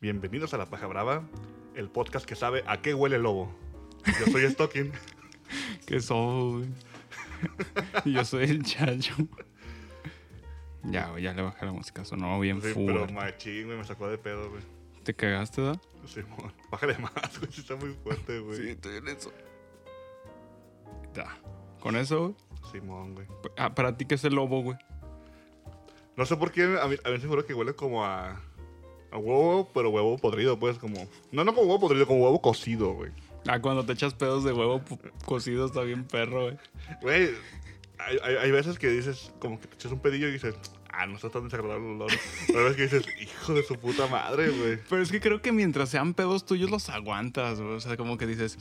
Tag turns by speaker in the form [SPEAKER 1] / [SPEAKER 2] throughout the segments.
[SPEAKER 1] Bienvenidos a La Paja Brava, el podcast que sabe a qué huele el lobo. Yo soy Stocking.
[SPEAKER 2] Que soy. Y Yo soy el chacho. Ya, güey, ya le bajé la música. Sonó bien
[SPEAKER 1] Sí, pero
[SPEAKER 2] fuerte.
[SPEAKER 1] machín, güey, me sacó de pedo, güey.
[SPEAKER 2] ¿Te cagaste, da?
[SPEAKER 1] Simón, bájale más, güey, sí está muy fuerte, güey.
[SPEAKER 2] estoy en eso. Da. Con eso, güey.
[SPEAKER 1] Simón, güey.
[SPEAKER 2] Ah, para ti, ¿qué es el lobo, güey?
[SPEAKER 1] No sé por qué, a mí, a mí se me jura que huele como a, a huevo, pero huevo podrido, pues, como... No, no como huevo podrido, como huevo cocido, güey.
[SPEAKER 2] Ah, cuando te echas pedos de huevo po- cocido está bien perro, güey.
[SPEAKER 1] Güey, hay, hay- hay veces que dices, como que te echas un pedillo y dices, ah, no está tan desagradable el olor. Pero hay veces que dices, hijo de su puta madre, güey.
[SPEAKER 2] Pero es que creo que mientras sean pedos tuyos los aguantas, güey. O sea, como que dices,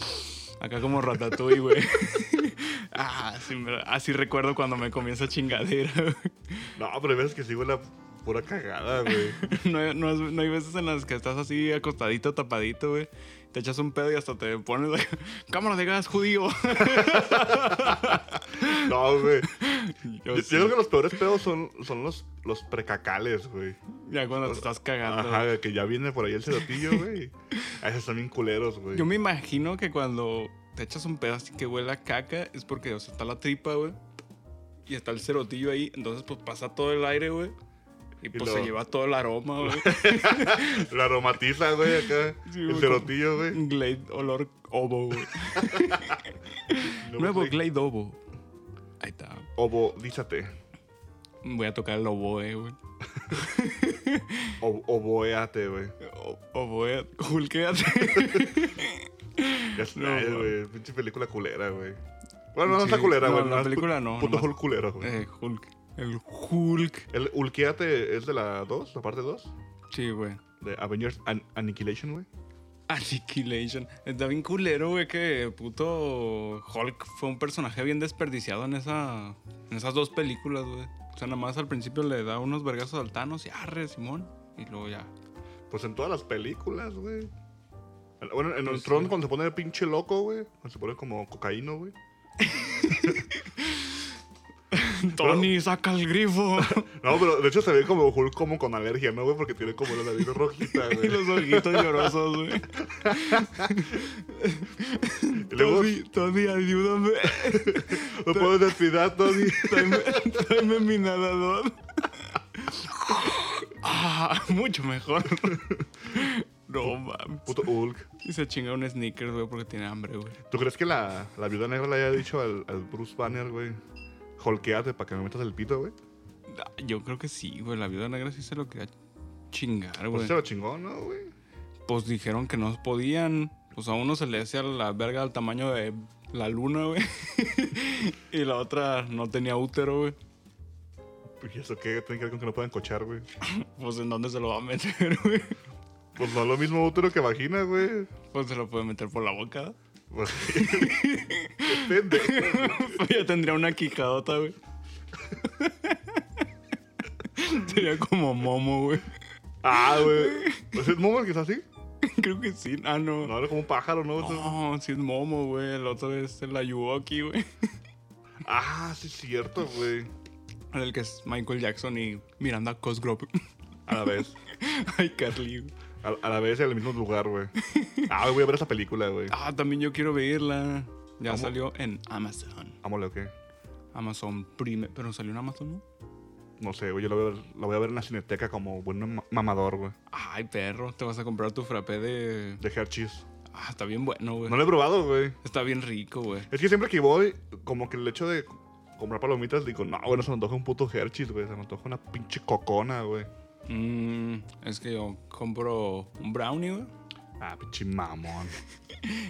[SPEAKER 2] acá como ratatouille, güey. ah, sí, me- así recuerdo cuando me comí esa chingadera, güey.
[SPEAKER 1] No, pero hay veces que sí huele a pura cagada, güey.
[SPEAKER 2] No, hay- no es- no hay veces en las que estás así acostadito, tapadito, güey. Te echas un pedo y hasta te pones, cámara de gas, judío.
[SPEAKER 1] No, güey.
[SPEAKER 2] Yo
[SPEAKER 1] Yo, yo
[SPEAKER 2] sí.
[SPEAKER 1] creo que los peores pedos son, son los, los precacales, güey.
[SPEAKER 2] Ya cuando te estás cagando. güey.
[SPEAKER 1] Ajá, que ya viene por ahí el cerotillo, güey. A esos también culeros, güey.
[SPEAKER 2] Yo me imagino que cuando te echas un pedazo que huele a caca es porque, o sea, está la tripa, güey. Y está el cerotillo ahí. Entonces, pues pasa todo el aire, güey. Y pues se
[SPEAKER 1] luego-
[SPEAKER 2] lleva todo el aroma, güey.
[SPEAKER 1] Lo aromatiza, güey, acá.
[SPEAKER 2] Sí,
[SPEAKER 1] el
[SPEAKER 2] güey,
[SPEAKER 1] cerotillo, güey.
[SPEAKER 2] Un Glade olor obo, güey.
[SPEAKER 1] Luego,
[SPEAKER 2] Nuevo
[SPEAKER 1] güey,
[SPEAKER 2] Glade obo. Ahí está.
[SPEAKER 1] Obodízate.
[SPEAKER 2] Voy a tocar el oboe, güey.
[SPEAKER 1] O- Oboéate, güey.
[SPEAKER 2] O- Oboe, hulqueate.
[SPEAKER 1] Ya sabes,
[SPEAKER 2] No, güey.
[SPEAKER 1] güey. Pinche película culera, güey. Bueno, no,
[SPEAKER 2] Sí,
[SPEAKER 1] está culera,
[SPEAKER 2] no,
[SPEAKER 1] güey.
[SPEAKER 2] la
[SPEAKER 1] nomás pu-
[SPEAKER 2] película no,
[SPEAKER 1] Puto
[SPEAKER 2] nomás-
[SPEAKER 1] Hulk culero, güey.
[SPEAKER 2] Eh, Hulk. El Hulk.
[SPEAKER 1] El Ulqueate es de la 2, la parte 2.
[SPEAKER 2] Sí, güey.
[SPEAKER 1] De Avengers An- Annihilation, güey.
[SPEAKER 2] Annihilation. Está bien culero, güey, que puto Hulk fue un personaje bien desperdiciado en, esa, en esas dos películas, güey. O sea, nada más al principio le da unos vergazos al Thanos y arre, Simón. Y luego ya.
[SPEAKER 1] Pues en todas las películas, güey. Bueno, en el
[SPEAKER 2] Pues
[SPEAKER 1] Tron
[SPEAKER 2] sí.
[SPEAKER 1] cuando se pone pinche loco, güey. Cuando se pone como cocaíno, güey.
[SPEAKER 2] Tony, saca el grifo.
[SPEAKER 1] No, pero de hecho se ve como Hulk como con alergia, ¿no, güey? Porque tiene como la nariz rojita,
[SPEAKER 2] y
[SPEAKER 1] güey.
[SPEAKER 2] los ojitos llorosos, güey.
[SPEAKER 1] Y luego,
[SPEAKER 2] Tony, Tony, ayúdame.
[SPEAKER 1] no puedo respirar, Tony.
[SPEAKER 2] Tráeme, tráeme mi nadador. ah, mucho mejor. no mames.
[SPEAKER 1] Puto Hulk.
[SPEAKER 2] Y se chinga un sneaker, güey, porque tiene hambre, güey.
[SPEAKER 1] ¿Tú crees que la, la viuda negra le haya dicho al, al Bruce Banner, güey? Hulkeate para que me metas el pito, güey.
[SPEAKER 2] Ah, Yo creo que sí, güey. La viuda negra sí se lo quería chingar,
[SPEAKER 1] Pues
[SPEAKER 2] güey.
[SPEAKER 1] se lo chingó, ¿no, güey?
[SPEAKER 2] Pues dijeron que no podían. Pues a uno se le hacía la verga al tamaño de la luna, güey. y la otra no tenía útero, güey.
[SPEAKER 1] ¿Y eso qué? Tiene que ver con que no puedan cochar, güey.
[SPEAKER 2] Pues en dónde se lo va a meter, güey.
[SPEAKER 1] Pues no es lo mismo útero que vagina, güey.
[SPEAKER 2] Pues se lo puede meter por la boca.
[SPEAKER 1] Pues sí. Qué pendejo, güey.
[SPEAKER 2] Pues ya tendría una quijadota, güey. Sería como momo, güey.
[SPEAKER 1] Ah, güey. Pues es Momo el que está así.
[SPEAKER 2] Creo que sí. Ah, no.
[SPEAKER 1] No, era como un pájaro, ¿no?
[SPEAKER 2] No, sí es momo, güey. El otro es el Ayuoki, güey.
[SPEAKER 1] Ah, sí es cierto, güey.
[SPEAKER 2] En el que es Michael Jackson y Miranda Cosgrove.
[SPEAKER 1] A la vez.
[SPEAKER 2] Ay, Carly. güey.
[SPEAKER 1] A, a la vez en el mismo lugar, güey. Ah, voy a ver esa película, güey.
[SPEAKER 2] Ah, también yo quiero verla. Ya
[SPEAKER 1] ¿Cómo?
[SPEAKER 2] salió en Amazon.
[SPEAKER 1] Ámole, ¿o qué?
[SPEAKER 2] Amazon Prime. Pero salió en Amazon, ¿no?
[SPEAKER 1] No sé, güey. Yo la voy a ver, la voy a ver en la cineteca como buen ma- mamador, güey.
[SPEAKER 2] Ay, perro. Te vas a comprar tu frappé de.
[SPEAKER 1] De Hershey's.
[SPEAKER 2] Ah, está bien bueno, güey.
[SPEAKER 1] No lo he probado, güey.
[SPEAKER 2] Está bien rico, güey.
[SPEAKER 1] Es que siempre que voy, como que el hecho de comprar palomitas, digo, no, güey, no se me antoja un puto Hershey's, güey. Se me antoja una pinche cocona, güey.
[SPEAKER 2] Mm, es que yo compro un brownie, güey.
[SPEAKER 1] Ah, pinche mamón.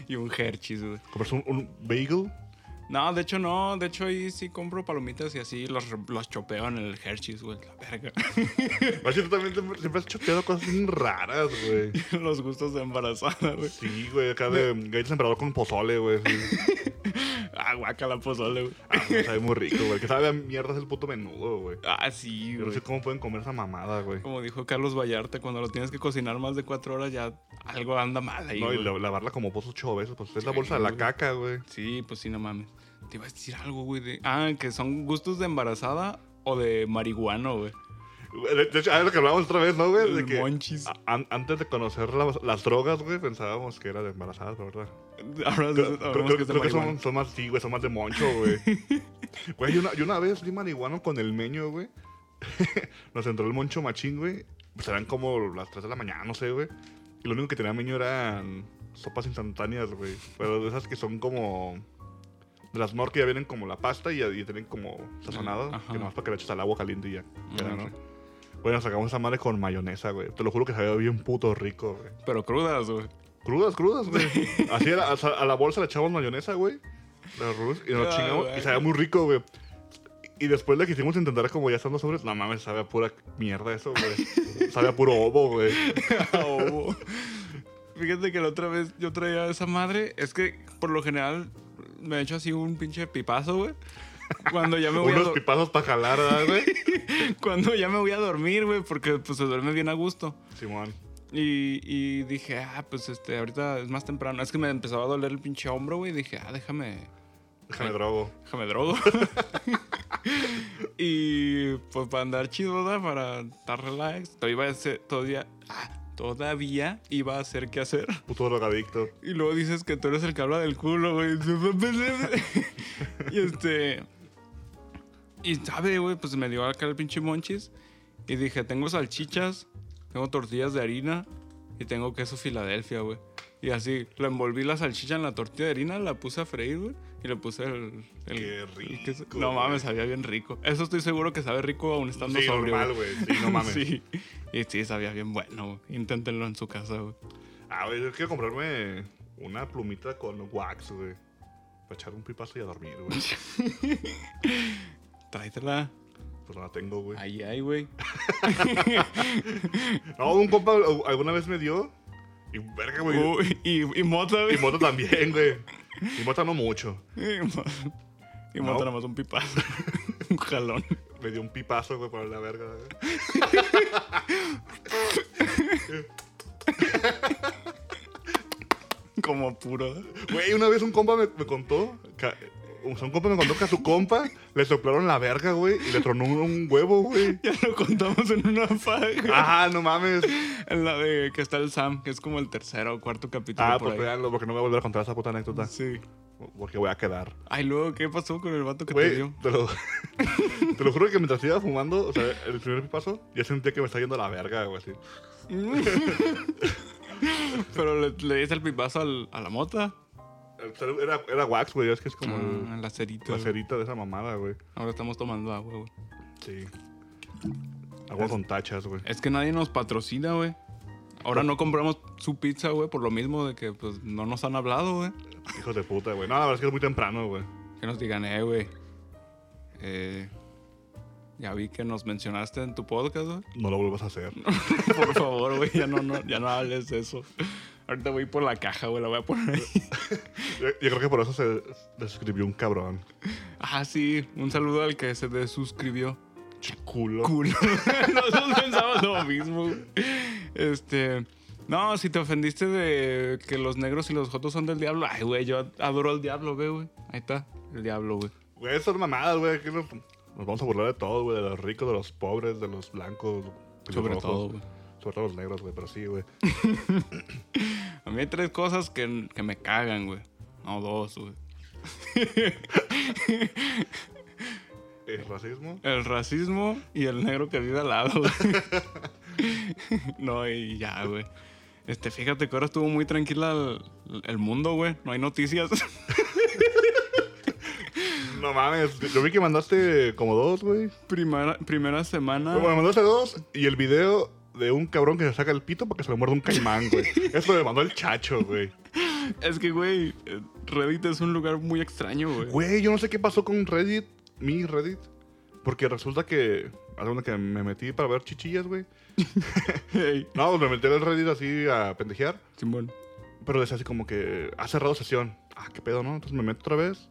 [SPEAKER 2] Y un Hershey's, güey.
[SPEAKER 1] ¿Compras un, un bagel?
[SPEAKER 2] No, de hecho no. De hecho ahí sí compro palomitas y así los, los chopeo en el Hershey's, güey. La verga.
[SPEAKER 1] Oye, tú también siempre- siempre has choteado cosas bien raras, güey.
[SPEAKER 2] los gustos de embarazada, güey.
[SPEAKER 1] Sí, güey, acá de galletas emperador con pozole, güey. sí.
[SPEAKER 2] Ah, guacala pozole, güey.
[SPEAKER 1] Ah, no, sabe muy rico, güey. Que sabe a mierda es el puto menudo, güey.
[SPEAKER 2] Ah, sí,
[SPEAKER 1] Yo no
[SPEAKER 2] güey.
[SPEAKER 1] sé cómo pueden comer esa mamada, güey.
[SPEAKER 2] Como dijo Carlos Vallarta, cuando lo tienes que cocinar más de cuatro horas ya algo anda mal ahí.
[SPEAKER 1] No, y
[SPEAKER 2] güey.
[SPEAKER 1] la- lavarla como vos ocho veces, pues es la
[SPEAKER 2] Sí,
[SPEAKER 1] bolsa de la
[SPEAKER 2] güey.
[SPEAKER 1] caca, güey.
[SPEAKER 2] Sí, pues sí, no mames. Te iba a decir algo, güey. de- Ah, que son gustos de embarazada o de marihuano, güey.
[SPEAKER 1] De de hecho, ah, es lo que hablábamos otra vez, ¿no, güey? De
[SPEAKER 2] El
[SPEAKER 1] que ah,
[SPEAKER 2] monchis.
[SPEAKER 1] a- an- antes de conocer las, las drogas, güey, pensábamos que era de embarazadas, la verdad.
[SPEAKER 2] Ahora
[SPEAKER 1] Creo, creo-
[SPEAKER 2] sabemos que
[SPEAKER 1] creo
[SPEAKER 2] es de
[SPEAKER 1] que
[SPEAKER 2] marihuana.
[SPEAKER 1] son, son más, sí, güey, son más de moncho, güey. Güey, yo una, yo una vez vi marihuano con el meño, güey. Nos entró el moncho machín, güey. Serán como las 3 de la mañana, no sé, güey. Y lo único que tenía meño eran sopas instantáneas, güey. Pero de esas que son como... De las Nor que ya vienen como la pasta y ya, y tienen como sazonado.
[SPEAKER 2] Ah, Ajá. Ah,
[SPEAKER 1] Que nomás para que le eches al agua caliente y ya. queda, ¿no?
[SPEAKER 2] Arre.
[SPEAKER 1] Bueno, sacamos esa madre con mayonesa, güey. Te lo juro que sabía bien puto rico, güey.
[SPEAKER 2] Pero crudas, güey.
[SPEAKER 1] Crudas, crudas, güey. Así a la, a la- a la bolsa le echamos mayonesa, güey. La Ruth, y nos
[SPEAKER 2] Ah,
[SPEAKER 1] chingamos.
[SPEAKER 2] güey.
[SPEAKER 1] Y sabía muy rico, güey. Y después le quisimos intentar como ya estando sobres. No mames, sabe a pura mierda eso, güey. sabe a puro ovo, güey.
[SPEAKER 2] Ahogo. Fíjate que la otra vez yo traía esa madre. Es que por lo general me echo así un pinche pipazo, güey. Cuando ya me voy a
[SPEAKER 1] Unos
[SPEAKER 2] dor-
[SPEAKER 1] pipazos para jalar, ¿verdad, güey.
[SPEAKER 2] cuando ya me voy a dormir, güey, porque pues se duerme bien a gusto.
[SPEAKER 1] Simón.
[SPEAKER 2] Y, y dije, ah, pues este, ahorita es más temprano. Es que me empezaba a doler el pinche hombro, güey. y Dije, ah, déjame,
[SPEAKER 1] Déjame drogo.
[SPEAKER 2] déjame drogo. y pues para andar chido, ¿verdad? para estar relax. Todavía, iba a hacer- todavía, ah, todavía iba a hacer qué hacer.
[SPEAKER 1] Puto drogadicto.
[SPEAKER 2] Y luego dices que tú eres el que habla del culo, güey. y este. Y sabe, güey, pues me dio acá el pinche monchis. Y dije, tengo salchichas, tengo tortillas de harina y tengo queso Filadelfia, güey. Y así, la envolví la salchicha en la tortilla de harina, la puse a freír, güey. Y le puse el. el-
[SPEAKER 1] Qué
[SPEAKER 2] el queso.
[SPEAKER 1] rico,
[SPEAKER 2] No mames,
[SPEAKER 1] güey.
[SPEAKER 2] sabía bien rico. Eso estoy seguro que sabe rico aún estando
[SPEAKER 1] Sí,
[SPEAKER 2] sobrio.
[SPEAKER 1] normal, güey. Sí, no mames.
[SPEAKER 2] sí. Y sí, sabía bien bueno, güey. Inténtenlo en su casa, güey.
[SPEAKER 1] Ah, güey, yo quiero comprarme una plumita con wax, güey. Para echar un pipazo y a dormir, güey.
[SPEAKER 2] Tráetela.
[SPEAKER 1] Pues no la tengo, güey.
[SPEAKER 2] Ay, ay, güey.
[SPEAKER 1] No, un compa alguna vez me dio. Y verga, güey.
[SPEAKER 2] Uy, y, y mota, güey.
[SPEAKER 1] Y moto también, güey. Y moto no mucho.
[SPEAKER 2] Y, mo- y
[SPEAKER 1] No.
[SPEAKER 2] mota nada más un pipazo. un jalón.
[SPEAKER 1] Me dio un pipazo, güey, por la verga. güey.
[SPEAKER 2] Como puro.
[SPEAKER 1] Güey, una vez un compa me, me contó. que- o sea, un compa me contó que a su compa le soplaron la verga, güey, y le tronó un, un huevo, güey.
[SPEAKER 2] Ya lo contamos en una faja.
[SPEAKER 1] Ah, no mames.
[SPEAKER 2] En la de que está el Sam, que es como el tercero o cuarto capítulo
[SPEAKER 1] Ah,
[SPEAKER 2] por
[SPEAKER 1] pues
[SPEAKER 2] ahí.
[SPEAKER 1] véanlo, porque no voy a volver a contar esa puta anécdota.
[SPEAKER 2] Sí.
[SPEAKER 1] Porque voy a quedar.
[SPEAKER 2] Ay, luego, ¿qué pasó con el vato que te
[SPEAKER 1] Güey,
[SPEAKER 2] dio?
[SPEAKER 1] te lo, te lo juro que mientras iba fumando, o sea, el primer pipazo, ya sentía que me estaba yendo a la verga, güey, así.
[SPEAKER 2] Pero le, le diste el pipazo al- a la mota.
[SPEAKER 1] Era, era wax, güey, es que es como
[SPEAKER 2] Como
[SPEAKER 1] el-
[SPEAKER 2] el lacerito.
[SPEAKER 1] Mm. la cerita de esa mamada, güey.
[SPEAKER 2] Ahora estamos tomando agua, güey.
[SPEAKER 1] Sí. Agua con tachas, güey.
[SPEAKER 2] Es que nadie nos patrocina, güey. Ahora no compramos su pizza, güey, por lo mismo de que pues no nos han hablado, güey.
[SPEAKER 1] Hijos de puta, güey. No, la verdad es que es muy temprano, güey.
[SPEAKER 2] Que nos digan, eh, güey. eh, ya vi que nos mencionaste en tu podcast, güey.
[SPEAKER 1] No lo vuelvas a hacer.
[SPEAKER 2] Por favor, güey, ya no, no, ya no hables de eso. Ahorita voy por la caja, güey, la voy a poner ahí.
[SPEAKER 1] Yo, yo creo que por eso se desuscribió un cabrón.
[SPEAKER 2] Ah, sí, un saludo al que se desuscribió.
[SPEAKER 1] Chiculo.
[SPEAKER 2] culo. Nosotros pensamos lo mismo. güey. Este. No, si te ofendiste de que los negros y los jotos son del diablo. Ay, güey, yo adoro al diablo, ve, güey. Ahí está, el diablo, güey.
[SPEAKER 1] Güey, son mamadas, güey. Aquí nos, nos vamos a burlar de todo, güey. De los ricos, de los pobres, de los blancos. de los
[SPEAKER 2] Sobre
[SPEAKER 1] rojos.
[SPEAKER 2] todo, güey.
[SPEAKER 1] Sobre todo los negros, güey. Pero sí, güey.
[SPEAKER 2] A mí hay tres cosas que, que me cagan, güey. No, dos, güey.
[SPEAKER 1] El racismo.
[SPEAKER 2] El racismo y el negro que vive al lado, güey. No, y ya, güey. Este, fíjate que ahora estuvo muy tranquila el, el mundo, güey. No hay noticias.
[SPEAKER 1] No mames. Yo vi que mandaste como dos, güey.
[SPEAKER 2] Primera, primera semana.
[SPEAKER 1] Bueno, mandaste dos y el video de un cabrón que se saca el pito porque se le muerde un caimán, güey. Eso me mandó el chacho, güey.
[SPEAKER 2] Es que, güey, eh, Reddit es un lugar muy extraño, güey.
[SPEAKER 1] Güey, yo no sé qué pasó con Reddit, mi Reddit. Porque resulta que. Hace una que me metí para ver chichillas, güey.
[SPEAKER 2] Ey,
[SPEAKER 1] No, pues me metí en el Reddit así a pendejear.
[SPEAKER 2] Simón.
[SPEAKER 1] Pero decía así como que. Ha cerrado sesión. Ah, qué pedo, ¿no? Entonces me meto otra vez.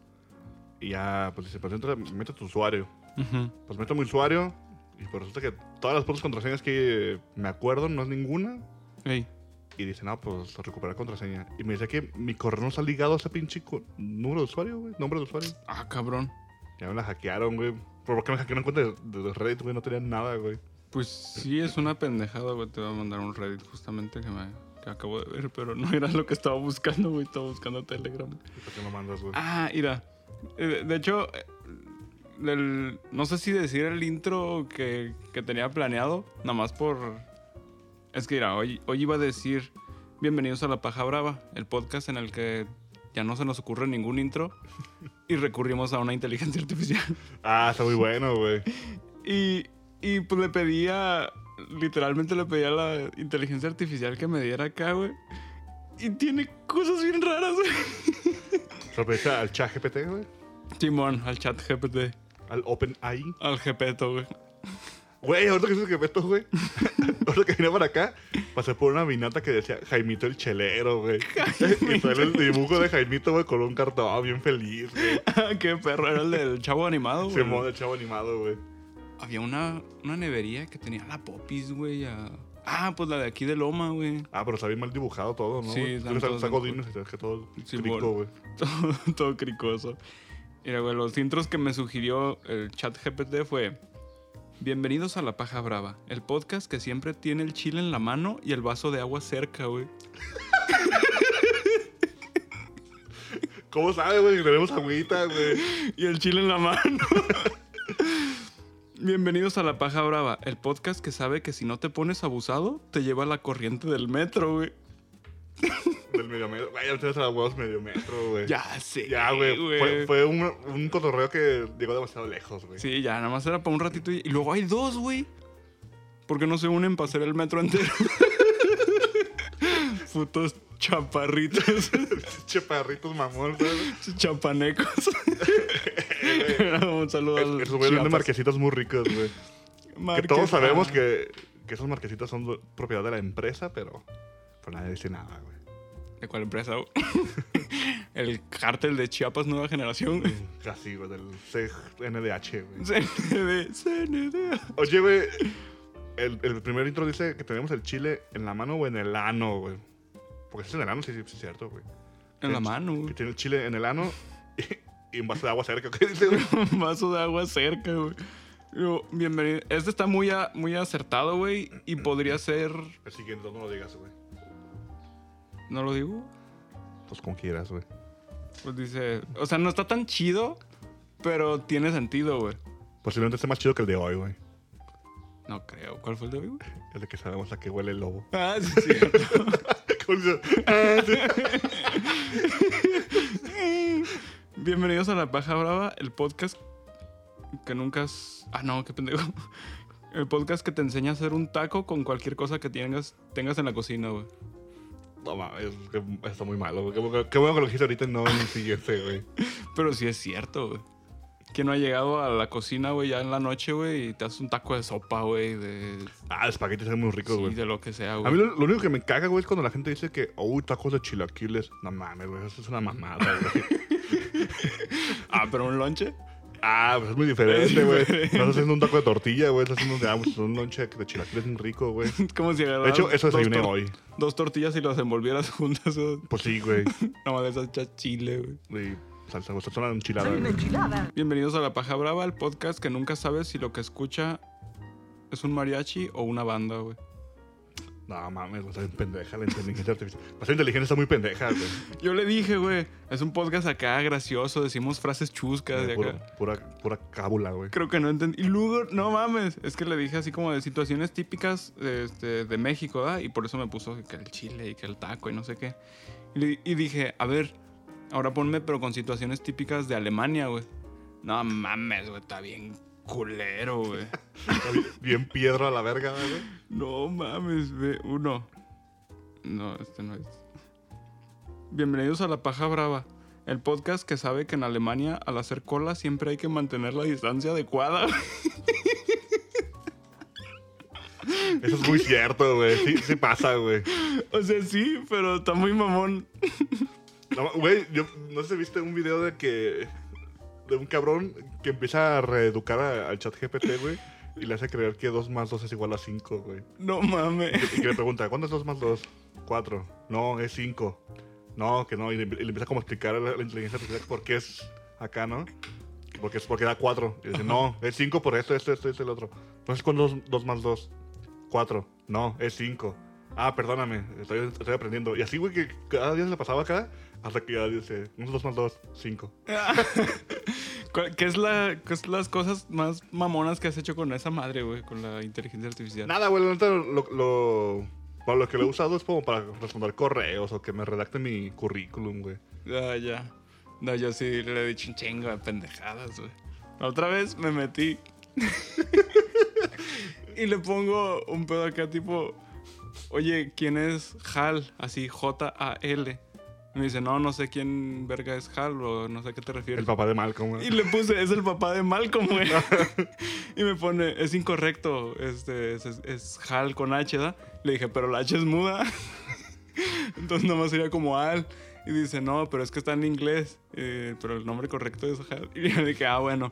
[SPEAKER 1] Y ya, pues dice, pues entra, mete tu usuario.
[SPEAKER 2] Ujú.
[SPEAKER 1] Pues meto mi usuario. Y pues resulta que todas las putas contraseñas que me acuerdo no es ninguna.
[SPEAKER 2] Ey,
[SPEAKER 1] Y dice, no, pues recuperar contraseña. Y me dice que mi correo no está ligado a ese pinche co- número de usuario, güey. Nombre de usuario.
[SPEAKER 2] Ah, cabrón.
[SPEAKER 1] Ya me la hackearon, güey. ¿Por qué me hackearon cuenta de, de Reddit, güey? No tenían nada, güey.
[SPEAKER 2] Pues sí, es una pendejada, güey. Te voy a mandar un Reddit justamente que me que acabo de ver, pero no era lo que estaba buscando, güey. Estaba buscando Telegram.
[SPEAKER 1] ¿Por qué no mandas, güey?
[SPEAKER 2] Ah, mira. Eh, De hecho, eh, el- no sé si decir el intro que, que tenía planeado, nada más por... Es que mira, hoy, hoy iba a decir Bienvenidos a La Paja Brava, el podcast en el que ya no se nos ocurre ningún intro y recurrimos a una inteligencia artificial.
[SPEAKER 1] Ah, está muy bueno, güey.
[SPEAKER 2] Y, y pues le pedía, literalmente le pedía a la inteligencia artificial que me diera acá, güey. Y tiene cosas bien raras, güey.
[SPEAKER 1] Sorpresa al chat GPT, güey.
[SPEAKER 2] Timón, al chat GPT.
[SPEAKER 1] Al OpenAI.
[SPEAKER 2] Al Gepeto, güey.
[SPEAKER 1] Güey, ahorita que dices que esto, güey. ahorita que vine para acá, pasé por una vinata que decía Jaimito el Chelero, güey. y sale el dibujo de Jaimito, güey, con un cartón bien feliz, güey.
[SPEAKER 2] Qué perro, era el del chavo animado,
[SPEAKER 1] Se
[SPEAKER 2] güey.
[SPEAKER 1] moda el chavo animado, güey.
[SPEAKER 2] Había una, una nevería que tenía la popis, güey. a- Ah, pues la de aquí de Loma, güey.
[SPEAKER 1] Ah, pero está bien mal dibujado todo, ¿no?
[SPEAKER 2] Sí,
[SPEAKER 1] güey?
[SPEAKER 2] están
[SPEAKER 1] Creo que
[SPEAKER 2] todos
[SPEAKER 1] está
[SPEAKER 2] bien
[SPEAKER 1] Godines, es que todo
[SPEAKER 2] Sí,
[SPEAKER 1] crico,
[SPEAKER 2] bueno.
[SPEAKER 1] güey.
[SPEAKER 2] Todo, todo cricoso. Mira, güey, los intros que me sugirió el chat GPT fue... Bienvenidos a La Paja Brava, el podcast que siempre tiene el chile en la mano y el vaso de agua cerca, güey.
[SPEAKER 1] ¿Cómo sabe, güey? que Tenemos agüita, güey.
[SPEAKER 2] Y el chile en la mano. Bienvenidos a La Paja Brava, el podcast que sabe que si no te pones abusado, te lleva a la corriente del metro, güey.
[SPEAKER 1] Del medio metro. Güey, ahorita se la huevos medio metro, güey.
[SPEAKER 2] Ya sé,
[SPEAKER 1] Ya, güey. Fue, fue un, un cotorreo que llegó demasiado lejos, güey.
[SPEAKER 2] Sí, ya, nada más era para un ratito. Y, y luego hay dos, güey. ¿Por qué no se unen para hacer el metro entero? Putos chaparritos,
[SPEAKER 1] Cheparritos mamón, güey.
[SPEAKER 2] chapanecos. un saludo al
[SPEAKER 1] Esos güeyes venden
[SPEAKER 2] Chiapas.
[SPEAKER 1] marquesitas muy ricas, güey. Que
[SPEAKER 2] Marquez-
[SPEAKER 1] todos sabemos
[SPEAKER 2] Ah,
[SPEAKER 1] que, que esas marquesitas son do- propiedad de la empresa, pero, pero nadie dice nada, güey.
[SPEAKER 2] ¿De cuál empresa? güey? el cártel de Chiapas Nueva Generación.
[SPEAKER 1] Casi, güey, del CNDH, güey.
[SPEAKER 2] CND, CND.
[SPEAKER 1] Oye, güey, el, el primer intro dice que tenemos el chile en la mano o en el ano, güey. Porque es en el ano, sí, sí, sí, es cierto, güey.
[SPEAKER 2] En la mano,
[SPEAKER 1] Que
[SPEAKER 2] güey.
[SPEAKER 1] tiene el chile en el ano y, y un vaso de agua cerca, ¿qué dice, güey?
[SPEAKER 2] Un vaso de agua cerca, güey. Yo, Bienvenido. Este está muy, a- muy acertado, güey. Y podría ser.
[SPEAKER 1] El siguiente, no lo digas, güey.
[SPEAKER 2] ¿No lo digo?
[SPEAKER 1] Pues como quieras, güey.
[SPEAKER 2] Pues dice, o sea, no está tan chido, pero tiene sentido, güey.
[SPEAKER 1] Posiblemente esté más chido que el de hoy, güey.
[SPEAKER 2] No creo. ¿Cuál fue el de hoy, güey?
[SPEAKER 1] El de que sabemos a qué huele el lobo.
[SPEAKER 2] Ah, sí, cierto.
[SPEAKER 1] Como dice, "Ah, sí".
[SPEAKER 2] Bienvenidos a La Paja Brava, el podcast que nunca... has- Ah, no, qué pendejo. El podcast que te enseña a hacer un taco con cualquier cosa que tengas, tengas en la cocina, güey.
[SPEAKER 1] No mames, que- está muy malo. güey. Qué, bueno- qué bueno que lo dijiste ahorita y no en el siguiente, güey.
[SPEAKER 2] Pero sí es cierto, güey. Que no ha llegado a la cocina, güey, ya en la noche, güey, y te haces un taco de sopa, güey, de,
[SPEAKER 1] Ah, los espaguetis son muy ricos,
[SPEAKER 2] sí,
[SPEAKER 1] güey.
[SPEAKER 2] de lo que sea,
[SPEAKER 1] A mí
[SPEAKER 2] güey.
[SPEAKER 1] lo, lo único que me caga, güey, es cuando la gente dice que, uy, tacos de chilaquiles. No mames, güey, eso es una mamada, güey.
[SPEAKER 2] Ah, pero un lonche.
[SPEAKER 1] ah, pues es muy diferente, güey. Estás haciendo un taco de tortilla, güey. Estás haciendo ah, pues, un lonche de chilaquiles muy rico, güey.
[SPEAKER 2] Como si
[SPEAKER 1] De hecho, eso desayuné
[SPEAKER 2] hoy.
[SPEAKER 1] hoy.
[SPEAKER 2] dos tortillas y las envolvieras juntas. o-
[SPEAKER 1] Pues sí, güey.
[SPEAKER 2] No, de esas hechas chile, güey.
[SPEAKER 1] Y salsa, güey. Salsa enchilada,
[SPEAKER 3] Soy una
[SPEAKER 1] güey.
[SPEAKER 3] enchilada.
[SPEAKER 2] Bienvenidos a La Paja Brava, el podcast que nunca sabes si lo que escucha es un mariachi o una banda, güey.
[SPEAKER 1] No mames, güey, está bien pendeja la inteligencia artificial. Pues la inteligencia está muy pendeja, güey.
[SPEAKER 2] Yo le dije, güey, es un podcast acá gracioso, decimos frases chuscas de acá.
[SPEAKER 1] Pura, pura, pura cábula, güey.
[SPEAKER 2] Creo que no entendí. Y luego, no mames, es que le dije así como de situaciones típicas este, de México, ¿verdad? Y por eso me puso que el chile y que el taco y no sé qué. Y, le- y dije, a ver, ahora ponme, pero con situaciones típicas de Alemania, güey. No mames, güey, está bien culero, güey.
[SPEAKER 1] Está bien- Bien piedra a la verga, güey.
[SPEAKER 2] No mames, ve uno. No, este no es. Bienvenidos a La Paja Brava, el podcast que sabe que en Alemania al hacer cola siempre hay que mantener la distancia adecuada.
[SPEAKER 1] Eso es muy cierto, güey. Sí, sí pasa, güey.
[SPEAKER 2] o sea, sí, pero está muy mamón.
[SPEAKER 1] No, Güey, yo no sé si viste un video de que. de un cabrón que empieza a reeducar a- al chat GPT, güey. Y le hace creer que 2 más 2 es igual a 5, güey.
[SPEAKER 2] No mames.
[SPEAKER 1] Y que le pregunta, ¿cuánto es 2 más 2? 4. No, es 5. No, que no. Y le, y le empieza como a explicar a la, la inteligencia artificial por qué es acá, ¿no? Porque, es- porque da cuatro. Y dice, no, es cinco por esto, esto, esto, esto y el otro. Entonces, con dos, dos más dos? Cuatro. No, es cinco. Ah, perdóname, estoy, estoy aprendiendo. Y así, güey, que cada día se le pasaba acá, hasta que ya dice, unos dos más dos, cinco.
[SPEAKER 2] ¿Cuál- ¿Qué es, la, qué es las cosas más mamonas que has hecho con esa madre, güey? Con la inteligencia artificial.
[SPEAKER 1] Nada, güey, la neta, lo, lo, para lo que lo he usado es como para responder correos o que me redacte mi currículum, güey.
[SPEAKER 2] Ah, ya. No, yo sí le he dicho un chingo de pendejadas, güey. La otra vez me metí. y le pongo un pedo acá, tipo. Oye, ¿quién es Hal? Así, J-A-L. Me dice, no, no sé quién verga es Hal o no sé a qué te refieres.
[SPEAKER 1] El papá de Malcolm,
[SPEAKER 2] Y
[SPEAKER 1] güey.
[SPEAKER 2] le puse, es el papá de Malcolm, güey. y me pone, es incorrecto, este, es, es- es Hal con H, ¿da? Le dije, pero la H es muda. Entonces nomás sería como Al. Y dice, no, pero es que está en inglés. eh, pero el nombre correcto es Hal. Y yo le dije, ah, bueno.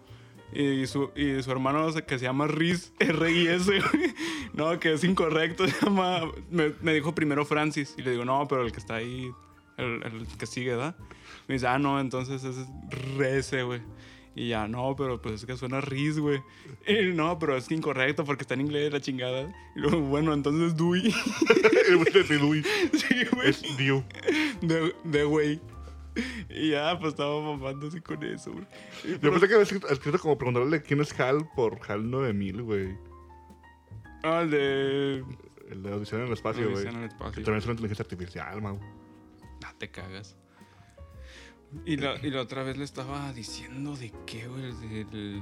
[SPEAKER 2] Y su, y su hermano se- que se llama Riz, R-I-S, güey. No, que es incorrecto, se llama... Me, me dijo primero Francis. Y le digo, no, pero el que está ahí, el, el que sigue, ¿da? Me dice, ah, no, entonces ese es Rece, güey. Y ya, no, pero pues es que suena Riz, güey. Y, no, pero es que incorrecto porque está en inglés la chingada. Y luego, bueno, entonces Dewey.
[SPEAKER 1] El güey de Dewey
[SPEAKER 2] sí, güey.
[SPEAKER 1] es Dew.
[SPEAKER 2] De, de güey. Y ya, pues estaba mamando así con eso, güey. Y
[SPEAKER 1] Yo
[SPEAKER 2] pero-
[SPEAKER 1] pensé que había escrito, escrito como preguntarle quién es Hal por Hal 9000, güey.
[SPEAKER 2] Ah, el de.
[SPEAKER 1] El de audición en el espacio, güey.
[SPEAKER 2] Odisea en el
[SPEAKER 1] Que
[SPEAKER 2] espacio.
[SPEAKER 1] también es una inteligencia artificial, man.
[SPEAKER 2] Ah, te cagas. Y la, y la otra vez le estaba diciendo de qué, güey. de- del-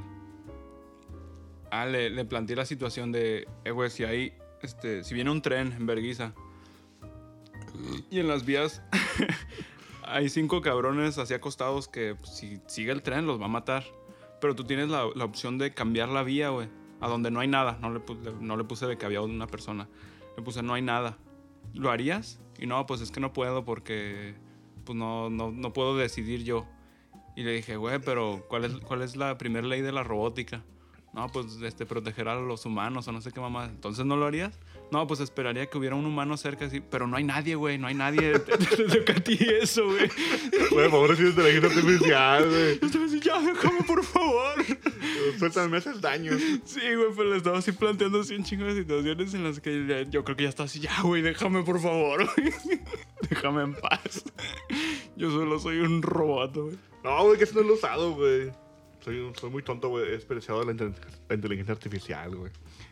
[SPEAKER 2] Ah, le, le planteé la situación de, eh, güey, si hay, este, si viene un tren en Berguisa y en las vías hay cinco cabrones así acostados que pues, si sigue el tren los va a matar. Pero tú tienes la, la opción de cambiar la vía, güey, a donde no hay nada. No le, pu- le- no le puse de que había una persona. Le puse no hay nada. ¿Lo harías? Y no, pues es que no puedo porque pues no, no, no puedo decidir yo. Y le dije, güey, pero ¿cuál es, cuál es la primera ley de la robótica? No, pues este, proteger a los humanos o no sé qué mamá. Entonces no lo harías. No, pues esperaría que hubiera un humano cerca, así. Pero no hay nadie, güey, no hay nadie. Te, te- te toca a ti eso, güey.
[SPEAKER 1] Güey, por favor, si es inteligencia artificial, güey.
[SPEAKER 2] Yo estaba así, ya, déjame, por favor.
[SPEAKER 1] Suéltame, me haces daño.
[SPEAKER 2] Sí, güey, pero le estaba así planteando así un chingo de situaciones en las que ya- yo creo que ya está así, ya, güey, déjame por favor, güey. Déjame en paz. Yo solo soy un robot, güey.
[SPEAKER 1] No, güey, que eso no lo he usado, güey. Soy, un- soy muy tonto, güey. He despreciado la, intel- la inteligencia artificial, güey.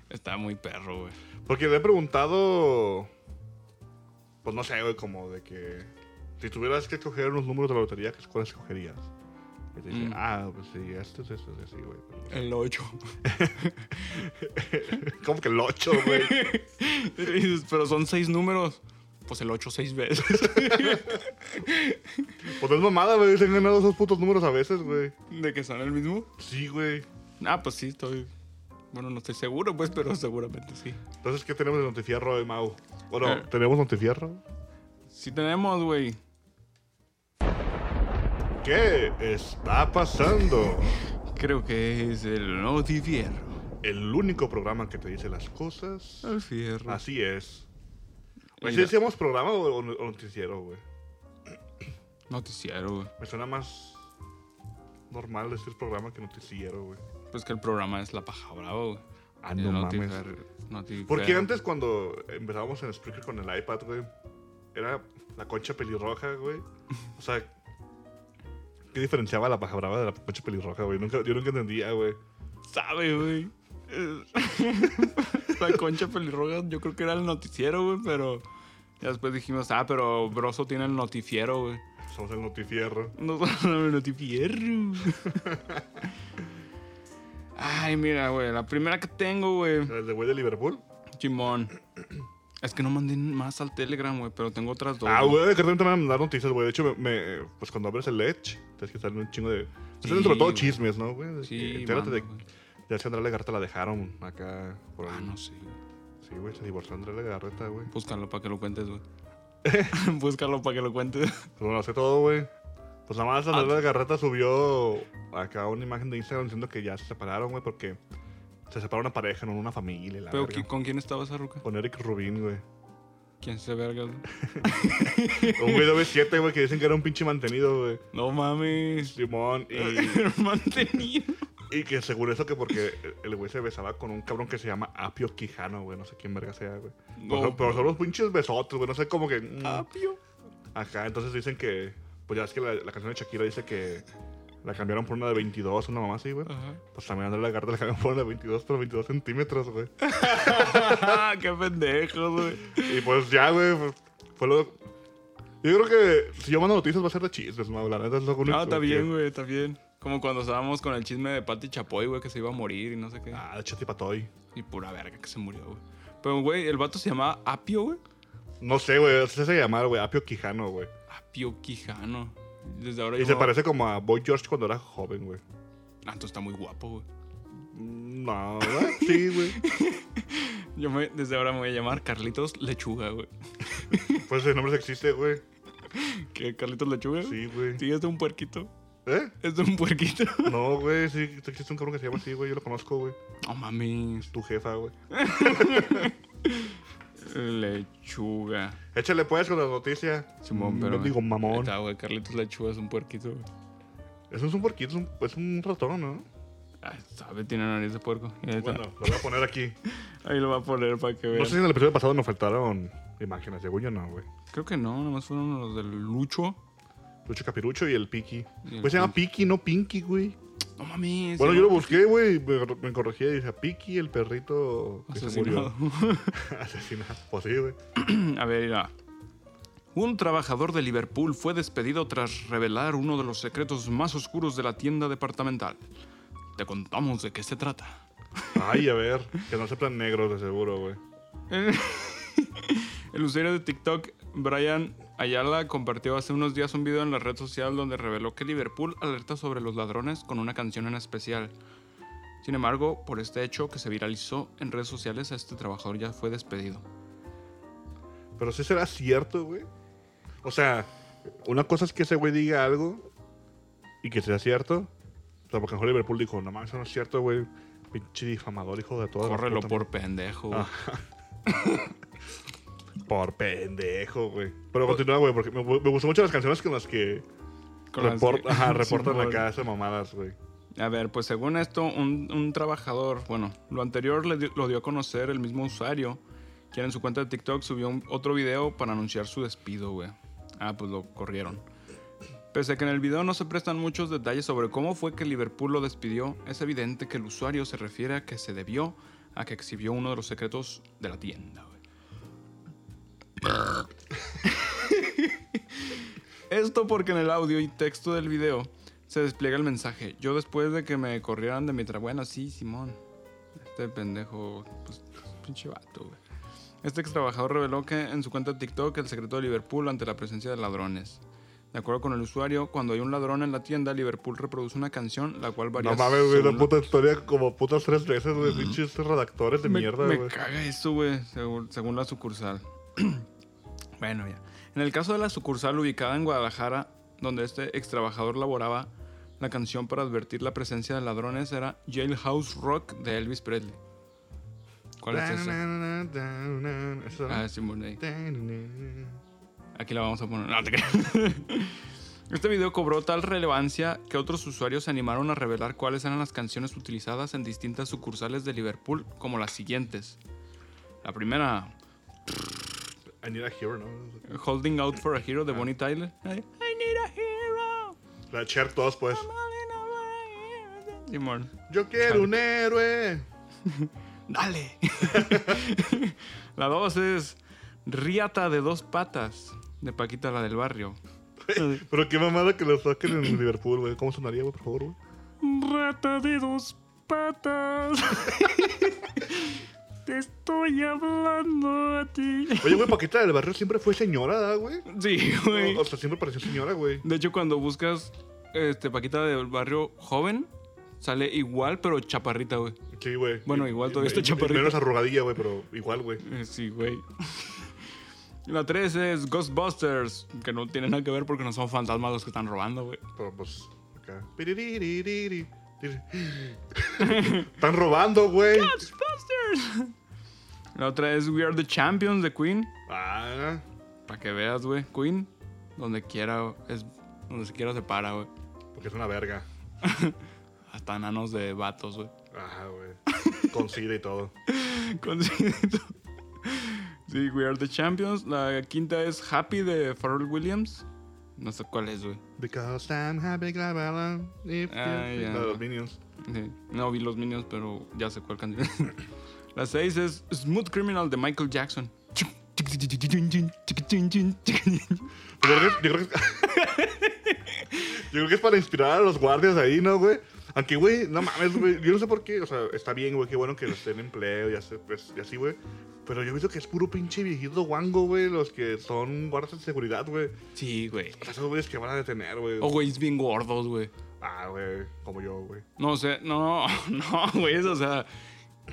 [SPEAKER 2] Está muy perro, güey.
[SPEAKER 1] Porque le he preguntado. Pues no sé, güey, como de que. Si tuvieras que escoger unos números de la lotería, ¿qué- ¿cuál escogerías? Y te dice,
[SPEAKER 2] Mm.
[SPEAKER 1] ah, pues sí, este es este, sí, güey.
[SPEAKER 2] El 8.
[SPEAKER 1] Como que el 8, güey.
[SPEAKER 2] Y le dices, pero son seis números. Pues el 8 seis veces.
[SPEAKER 1] Pues no es mamada, güey. Se han ganado esos putos números a veces, güey.
[SPEAKER 2] ¿De que son el mismo?
[SPEAKER 1] Sí, güey.
[SPEAKER 2] Ah, pues sí, estoy... Bueno, no estoy seguro, pues, pero seguramente sí.
[SPEAKER 1] Entonces, ¿qué tenemos de Notifierro de Mau? Bueno,
[SPEAKER 2] Eh.
[SPEAKER 1] ¿tenemos Notifierro?
[SPEAKER 2] Sí tenemos, güey.
[SPEAKER 1] ¿Qué está pasando?
[SPEAKER 2] Creo que es el notifierro.
[SPEAKER 1] El único programa que te dice las cosas.
[SPEAKER 2] El fierro.
[SPEAKER 1] Así es. Güey, ¿Sí
[SPEAKER 2] Mira,
[SPEAKER 1] decíamos programa o, o noticiero, güey?
[SPEAKER 2] Noticiero, güey.
[SPEAKER 1] Me suena más normal decir programa que noticiero, güey.
[SPEAKER 2] Pues que el programa es la paja brava, güey.
[SPEAKER 1] Ah,
[SPEAKER 2] El
[SPEAKER 1] no mames.
[SPEAKER 2] notifer- notifer-
[SPEAKER 1] Porque antes cuando empezábamos en Spreaker con el iPad, güey, era la concha pelirroja, güey. O sea, ¿qué diferenciaba la paja brava de la concha pelirroja, güey? Nunca, yo nunca entendía, güey.
[SPEAKER 2] Sabe, güey. la concha pelirroja, yo creo que era el noticiero, güey, pero. Ya después dijimos, ah, pero Broso tiene el notifiero, güey.
[SPEAKER 1] Somos el notifierro.
[SPEAKER 2] No solo el notifierro. Ay, mira, güey, la primera que tengo, güey.
[SPEAKER 1] El de güey de Liverpool.
[SPEAKER 2] Chimón. Es que no mandé más al Telegram, güey, pero tengo otras dos.
[SPEAKER 1] Ah, güey, que también te van a mandar noticias, güey. De hecho, me, me- pues cuando abres el Edge, tienes que estar un chingo de...
[SPEAKER 2] Sí,
[SPEAKER 1] sobre todo
[SPEAKER 2] güey.
[SPEAKER 1] chismes, ¿no, güey?
[SPEAKER 2] Sí,
[SPEAKER 1] Entérate Eh, de...
[SPEAKER 2] manda, güey.
[SPEAKER 1] Ya si Andrea Legarreta la dejaron acá por
[SPEAKER 2] Ah,
[SPEAKER 1] ahí.
[SPEAKER 2] no sé.
[SPEAKER 1] Sí, güey, se divorció Andrea Legarreta, güey.
[SPEAKER 2] Búscalo para que lo cuentes, güey. Búscalo para que lo cuentes.
[SPEAKER 1] Pero bueno, hace todo, güey. Pues nada más
[SPEAKER 2] Ah.
[SPEAKER 1] Andrea Legarreta subió acá una imagen de Instagram diciendo que ya se separaron, güey, porque se separó una pareja, no una familia. y La
[SPEAKER 2] Pero,
[SPEAKER 1] verga.
[SPEAKER 2] ¿qui- ¿con quién estaba esa ruca?
[SPEAKER 1] Con Eric Rubin, güey.
[SPEAKER 2] ¿Quién se verga? güey?
[SPEAKER 1] Un güey de B7, güey, que dicen que era un pinche mantenido, güey.
[SPEAKER 2] No mames.
[SPEAKER 1] Simón. Y,
[SPEAKER 2] El Mantenido.
[SPEAKER 1] y que seguro eso que porque el güey se besaba con un cabrón que se llama Apio Quijano, güey. No sé quién verga sea, güey. Pero, son-
[SPEAKER 2] No. Ah,
[SPEAKER 1] pero son los pinches besotos, güey. No sé cómo que. mm,
[SPEAKER 2] Apio.
[SPEAKER 1] Acá, entonces dicen que. Pues ya es que la, la canción de Shakira dice que la cambiaron por una de 22, una mamá así, güey.
[SPEAKER 2] Ajá.
[SPEAKER 1] Pues también André Lagarde la cambiaron por una de 22, pero 22 centímetros, güey.
[SPEAKER 2] Qué pendejo, güey.
[SPEAKER 1] Y pues ya, güey. pues, fue lo. Yo creo que si yo mando noticias va a ser de chismes, no La neta es lo único
[SPEAKER 2] No, Ah, está
[SPEAKER 1] que-
[SPEAKER 2] bien, güey, está bien. Como cuando estábamos con el chisme de Pati Chapoy, güey, que se iba a morir y no sé qué.
[SPEAKER 1] Ah, de Chati Patoy.
[SPEAKER 2] Y pura verga que se murió, güey. Pero, güey, el vato se llamaba Apio, güey.
[SPEAKER 1] No sé, güey. Se hace llamar, güey. Apio Quijano, güey.
[SPEAKER 2] Apio Quijano. Desde ahora
[SPEAKER 1] Y
[SPEAKER 2] yo
[SPEAKER 1] se
[SPEAKER 2] me-
[SPEAKER 1] parece como a Boy George cuando era joven, güey. Mm,
[SPEAKER 2] Ah, entonces está muy guapo, güey.
[SPEAKER 1] No, ¿verdad? Sí, güey.
[SPEAKER 2] Yo me, desde ahora me voy a llamar Carlitos Lechuga, güey.
[SPEAKER 1] Pues ese nombre sí existe, güey.
[SPEAKER 2] ¿Qué, Carlitos Lechuga?
[SPEAKER 1] Sí, güey.
[SPEAKER 2] Sí, es de un puerquito.
[SPEAKER 1] ¿Eh?
[SPEAKER 2] Es de un puerquito.
[SPEAKER 1] No, güey. Sí, existe un cabrón que se llama así, güey. Yo lo conozco, güey.
[SPEAKER 2] No mami.
[SPEAKER 1] Tu jefa, güey.
[SPEAKER 2] Lechuga.
[SPEAKER 1] Échale, pues, con la noticia.
[SPEAKER 2] Simón,
[SPEAKER 1] Mm,
[SPEAKER 2] pero.
[SPEAKER 1] Digo,
[SPEAKER 2] Ahí
[SPEAKER 1] mamón.
[SPEAKER 2] Está, güey, Carlitos Lechuga es un puerquito, güey.
[SPEAKER 1] Eso es un porquito, es un, es un ratón, ¿no?
[SPEAKER 2] Ah, sabe, tiene nariz de puerco. Ahí, está.
[SPEAKER 1] Bueno, lo voy a poner aquí.
[SPEAKER 2] Ahí lo va a poner para que vean.
[SPEAKER 1] No sé si en el episodio pasado nos faltaron imágenes. Según yo, no, güey.
[SPEAKER 2] Creo que no, nomás fueron los del Lucho.
[SPEAKER 1] Lucho Capirucho y el Piki.
[SPEAKER 2] Y el
[SPEAKER 1] Pues se llama Piki, no Pinky, güey.
[SPEAKER 2] No mami.
[SPEAKER 1] Bueno, yo lo busqué, güey, y me, me corregía y decía Piki, el perrito que
[SPEAKER 2] Asesinado.
[SPEAKER 1] se murió. Asesinado. Pues sí, güey.
[SPEAKER 2] Mm, A ver, mira. Un trabajador de Liverpool fue despedido tras revelar uno de los secretos más oscuros de la tienda departamental. Te contamos de qué se trata.
[SPEAKER 1] Ay, a ver. Que no sepan negros, de seguro, güey.
[SPEAKER 2] El usuario de TikTok, Brian Ayala, compartió hace unos días un video en la red social donde reveló que Liverpool alerta sobre los ladrones con una canción en especial. Sin embargo, por este hecho que se viralizó en redes sociales, este trabajador ya fue despedido.
[SPEAKER 1] Pero sí será cierto, güey. O sea, una cosa es que ese güey diga algo y que sea cierto. O sea, porque a lo mejor Liverpool dijo, no mames, eso no es cierto, güey. Pinche difamador, hijo de todo.
[SPEAKER 2] Córrelo por pendejo.
[SPEAKER 1] Ah.
[SPEAKER 2] güey.
[SPEAKER 1] Por pendejo, güey. Pero continúa, güey, porque me, me gustó mucho las canciones con las que
[SPEAKER 2] Con las
[SPEAKER 1] report-
[SPEAKER 2] que-
[SPEAKER 1] ajá,
[SPEAKER 2] Sí,
[SPEAKER 1] reportan
[SPEAKER 2] por-
[SPEAKER 1] acá esas mamadas, güey.
[SPEAKER 2] A ver, pues según esto, un, un trabajador, bueno, lo anterior le di- lo dio a conocer el mismo usuario, quien en su cuenta de TikTok subió un- otro video para anunciar su despido, güey. Ah, pues lo corrieron. Pese a que en el video no se prestan muchos detalles sobre cómo fue que Liverpool lo despidió, es evidente que el usuario se refiere a que se debió a que exhibió uno de los secretos de la tienda, güey. Esto porque en el audio y texto del video se despliega el mensaje. Yo después de que me corrieran de mi trabajo, bueno, sí, Simón. Este pendejo, pues, pinche vato, güey. Este ex trabajador reveló que en su cuenta de TikTok el secreto de Liverpool ante la presencia de ladrones. De acuerdo con el usuario, cuando hay un ladrón en la tienda, Liverpool reproduce una canción la cual varía.
[SPEAKER 1] No mames, güey, la
[SPEAKER 2] según-
[SPEAKER 1] puta historia como putas tres veces, güey. Pinches redactores de
[SPEAKER 2] me,
[SPEAKER 1] mierda,
[SPEAKER 2] me
[SPEAKER 1] güey.
[SPEAKER 2] caga eso, güey, según, según la sucursal. bueno, ya. En el caso de la sucursal ubicada en Guadalajara, donde este extrabajador laboraba, la canción para advertir la presencia de ladrones era Jailhouse Rock de Elvis Presley. ¿Cuál es esa?
[SPEAKER 1] Eso, ¿no?
[SPEAKER 2] Ah, Simón, ahí.
[SPEAKER 1] Pero
[SPEAKER 2] Aquí la vamos a poner. No, te creas. Este video cobró tal relevancia que otros usuarios se animaron a revelar cuáles eran las canciones utilizadas en distintas sucursales de Liverpool, como las siguientes. La primera,
[SPEAKER 1] I need a hero, ¿no?
[SPEAKER 2] Holding Out for a Hero de Bonnie Tyler. I need a hero.
[SPEAKER 1] La Cher 2, pues.
[SPEAKER 2] Simón.
[SPEAKER 1] Yo quiero un héroe.
[SPEAKER 2] Dale. la dos es Riata de dos patas de Paquita la del barrio.
[SPEAKER 1] Pero qué mamada que lo saquen en Liverpool, güey. ¿Cómo sonaría, güey, por favor, güey?
[SPEAKER 2] Rata de dos patas. Te estoy hablando a ti.
[SPEAKER 1] Oye, güey, Paquita del Barrio siempre fue señora, ¿da, güey.
[SPEAKER 2] Sí, güey.
[SPEAKER 1] O, o sea, siempre pareció señora, güey.
[SPEAKER 2] De hecho, cuando buscas este Paquita del barrio joven, sale igual, pero chaparrita, güey.
[SPEAKER 1] Sí, güey.
[SPEAKER 2] Bueno, igual todavía está
[SPEAKER 1] Y- y-
[SPEAKER 2] chaparrita.
[SPEAKER 1] Menos arrugadilla, güey, pero igual, güey.
[SPEAKER 2] Eh, Sí, güey. La 3 es Ghostbusters, que no tiene nada que ver porque no son fantasmas los que están robando, güey.
[SPEAKER 1] Pero pues, acá. Piririririri. Están robando, güey.
[SPEAKER 2] ¡Ghostbusters! La otra es We Are the Champions de Queen.
[SPEAKER 1] Ah,
[SPEAKER 2] Para que veas, güey. Queen, donde quiera, es donde se quiera se para, güey.
[SPEAKER 1] porque es una verga.
[SPEAKER 2] Hasta enanos de vatos, güey.
[SPEAKER 1] Ajá, Ah, güey. Con sida y todo.
[SPEAKER 2] Con- Sí, We Are the Champions. La quinta es Happy de Pharrell Williams. No sé cuál es, güey.
[SPEAKER 1] Because I'm happy, bla, bla, bla, if you-
[SPEAKER 2] Ah, ya.
[SPEAKER 1] La de los Minions.
[SPEAKER 2] Sí, No vi los Minions, pero ya sé cuál canción. La 6 es Smooth Criminal de Michael Jackson.
[SPEAKER 1] Yo creo que, yo creo que- Yo creo que es para inspirar a los guardias ahí, ¿no, güey? Aunque, güey, no mames, güey. Yo no sé por qué. O sea, está bien, güey. Qué bueno que les den empleo y así, pues, y así, güey. Pero yo he visto que es puro pinche viejito guango, güey. Los que son guardias de seguridad, güey.
[SPEAKER 2] Sí, güey.
[SPEAKER 1] O sea, esos güeyes que van a detener, güey.
[SPEAKER 2] O Oh, güey, es bien gordos, güey.
[SPEAKER 1] Ah, güey. Como yo, güey.
[SPEAKER 2] No sé, no, no, güey. es, O sea,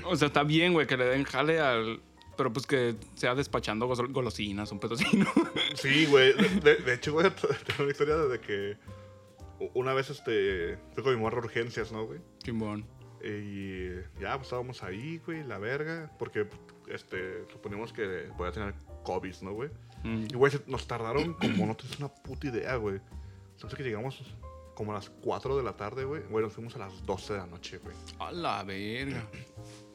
[SPEAKER 2] o sea, está bien, güey, que le den jale al. Pero pues que sea despachando gos- golosinas, un pedo así, ¿no?
[SPEAKER 1] Sí, güey. De, de hecho, güey, tengo una historia de que u- una vez este, fui con mi morra a urgencias, ¿no, güey?
[SPEAKER 2] Chimbón.
[SPEAKER 1] Y ya, pues estábamos ahí, güey, la verga. Porque este, suponemos que voy a tener COVID, ¿no, güey?
[SPEAKER 2] Mm.
[SPEAKER 1] Y, güey, se- nos tardaron como no tienes una puta idea, güey. Entonces que llegamos como a las 4 de la tarde, güey. Bueno, fuimos a las 12 de la noche, güey.
[SPEAKER 2] A la verga.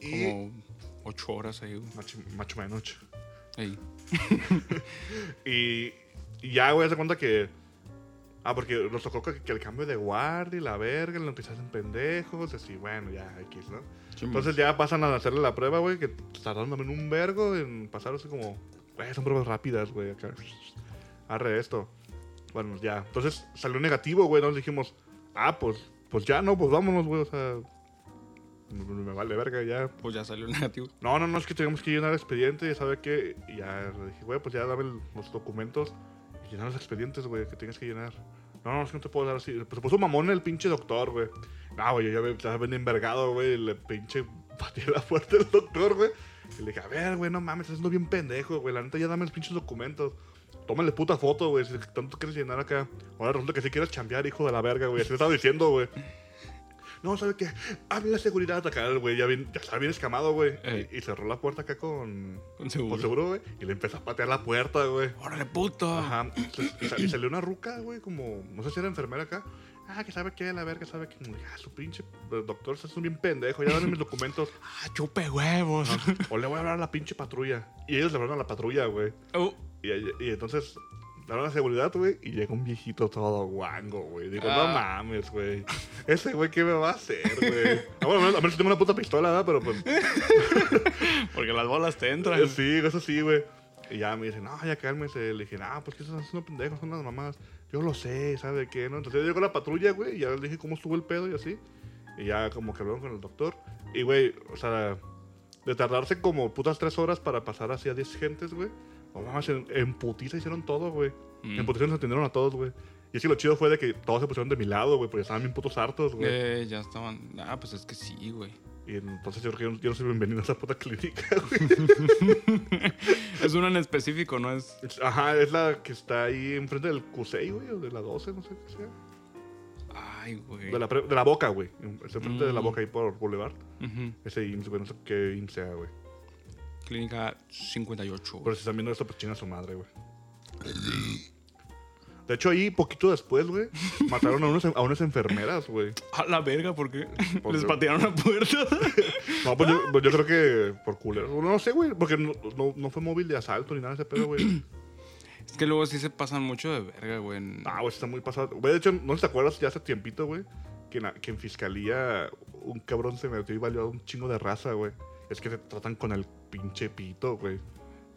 [SPEAKER 1] Y-
[SPEAKER 2] Como ocho horas ahí, güey.
[SPEAKER 1] Macho, macho menos.
[SPEAKER 2] Ey.
[SPEAKER 1] Y, y ya, güey, se cuenta que. Ah, porque nos tocó que, que el cambio de guardia y la verga, lo empiezas en pendejos, así, bueno, ya, X, ¿no?
[SPEAKER 2] Chimbón.
[SPEAKER 1] Entonces ya pasan a hacerle la prueba, güey, que tardaron también un vergo en pasar así como, güey, son pruebas rápidas, güey, acá. Arre esto. Bueno, ya. Entonces salió negativo, güey, nos dijimos, ah, pues, pues ya no, pues vámonos, güey, o sea, me, me vale verga, ya,
[SPEAKER 2] Pues ya salió el negativo.
[SPEAKER 1] no, no, no, es que tenemos que llenar el expediente, ya sabe que. Y ya le dije, güey, pues ya dame el- los documentos y llenar los expedientes, güey, que tienes que llenar. No, no, es que no te puedo dar así. Pues se puso mamón el pinche doctor, güey. No, güey, yo ya, me- ya ven envergado, güey, y le pinche pateé la puerta del doctor, güey. Y le dije, a ver, güey, no mames, estás siendo bien pendejo, güey, la neta ya dame los pinches documentos. Tómale puta foto, güey, si tanto quieres llenar acá. Ahora resulta que sí quieres chambear, hijo de la verga, güey, así le estaba diciendo, güey. No, ¿sabe qué? Habla la seguridad acá, el güey. Ya, bien, ya está bien escamado, güey.
[SPEAKER 2] Ey.
[SPEAKER 1] Y, y cerró la puerta acá con,
[SPEAKER 2] Con seguro.
[SPEAKER 1] con seguro, güey. Y le empezó a patear la puerta, güey.
[SPEAKER 2] ¡Órale, puto!
[SPEAKER 1] Ajá. Entonces, y, sa- y salió una ruca, güey, como... No sé si era enfermera acá. Ah, que sabe qué, la verga, sabe qué. Como, Ah, su pinche doctor, es un bien pendejo. Ya dame mis documentos.
[SPEAKER 2] ¡Ah, chupe huevos!
[SPEAKER 1] O le voy a hablar a la pinche patrulla. Y ellos le hablaron a la patrulla, güey.
[SPEAKER 2] Oh,
[SPEAKER 1] Y, y entonces... Le hablaron a seguridad, güey, y llega un viejito todo guango, güey. Digo, no
[SPEAKER 2] Ah.
[SPEAKER 1] mames, güey. Ese güey, ¿qué me va a hacer, güey? Ah, bueno, a menos- a menos que tengo una puta pistola, ¿verdad? Pero pues,
[SPEAKER 2] porque las bolas te entran.
[SPEAKER 1] Eh, Sí, eso sí, güey. Y ya me dicen, no, ya cálmese. Le dije, no, pues que están haciendo pendejos, son las mamás. Yo lo sé, ¿sabe qué? ¿no? Entonces llegó la patrulla, güey, y ya le dije cómo estuvo el pedo y así. Y ya como que hablaron con el doctor. Y, güey, o sea, de tardarse como putas tres horas para pasar así a 10 gentes, güey. No mames, en, en putiza hicieron todo, güey.
[SPEAKER 2] Mm.
[SPEAKER 1] En putiza nos atendieron a todos, güey. Y es que lo chido fue de que todos se pusieron de mi lado, güey, porque estaban bien putos hartos, güey.
[SPEAKER 2] Eh, ya estaban. Ah, pues es que sí, güey.
[SPEAKER 1] Y entonces yo creo que yo, yo no soy bienvenido a esa puta clínica, güey.
[SPEAKER 2] Es una en específico, ¿no? Es.
[SPEAKER 1] Ajá, es la que está ahí enfrente del CUSEI, güey, o de la 12, no sé qué sea.
[SPEAKER 2] Ay, güey.
[SPEAKER 1] De la, pre- de la boca, güey. Está enfrente de la
[SPEAKER 2] Mm.
[SPEAKER 1] boca ahí por Boulevard.
[SPEAKER 2] Ujú.
[SPEAKER 1] Ese IMSS, güey, no sé qué IMSS sea, güey.
[SPEAKER 2] Clínica 58. güey.
[SPEAKER 1] Pero si están viendo esto, pues chinga su madre, güey. De hecho, ahí, poquito después, güey, mataron a, unos, a unas enfermeras, güey.
[SPEAKER 2] A la verga, ¿por qué?
[SPEAKER 1] Por
[SPEAKER 2] Les
[SPEAKER 1] Dios.
[SPEAKER 2] patearon la puerta.
[SPEAKER 1] No, pues yo, pues yo creo que por culero. No sé, güey, porque no, no, no fue móvil de asalto ni nada de ese pedo, güey.
[SPEAKER 2] es que luego sí se pasan mucho de verga, güey. en-
[SPEAKER 1] Ah, güey, está muy pasado. Güey, de hecho, no sé si te acuerdas ya hace tiempito, güey, que en, la- que en fiscalía un cabrón se metió y valió a un chingo de raza, güey. Es que te tratan con el pinche pito, güey.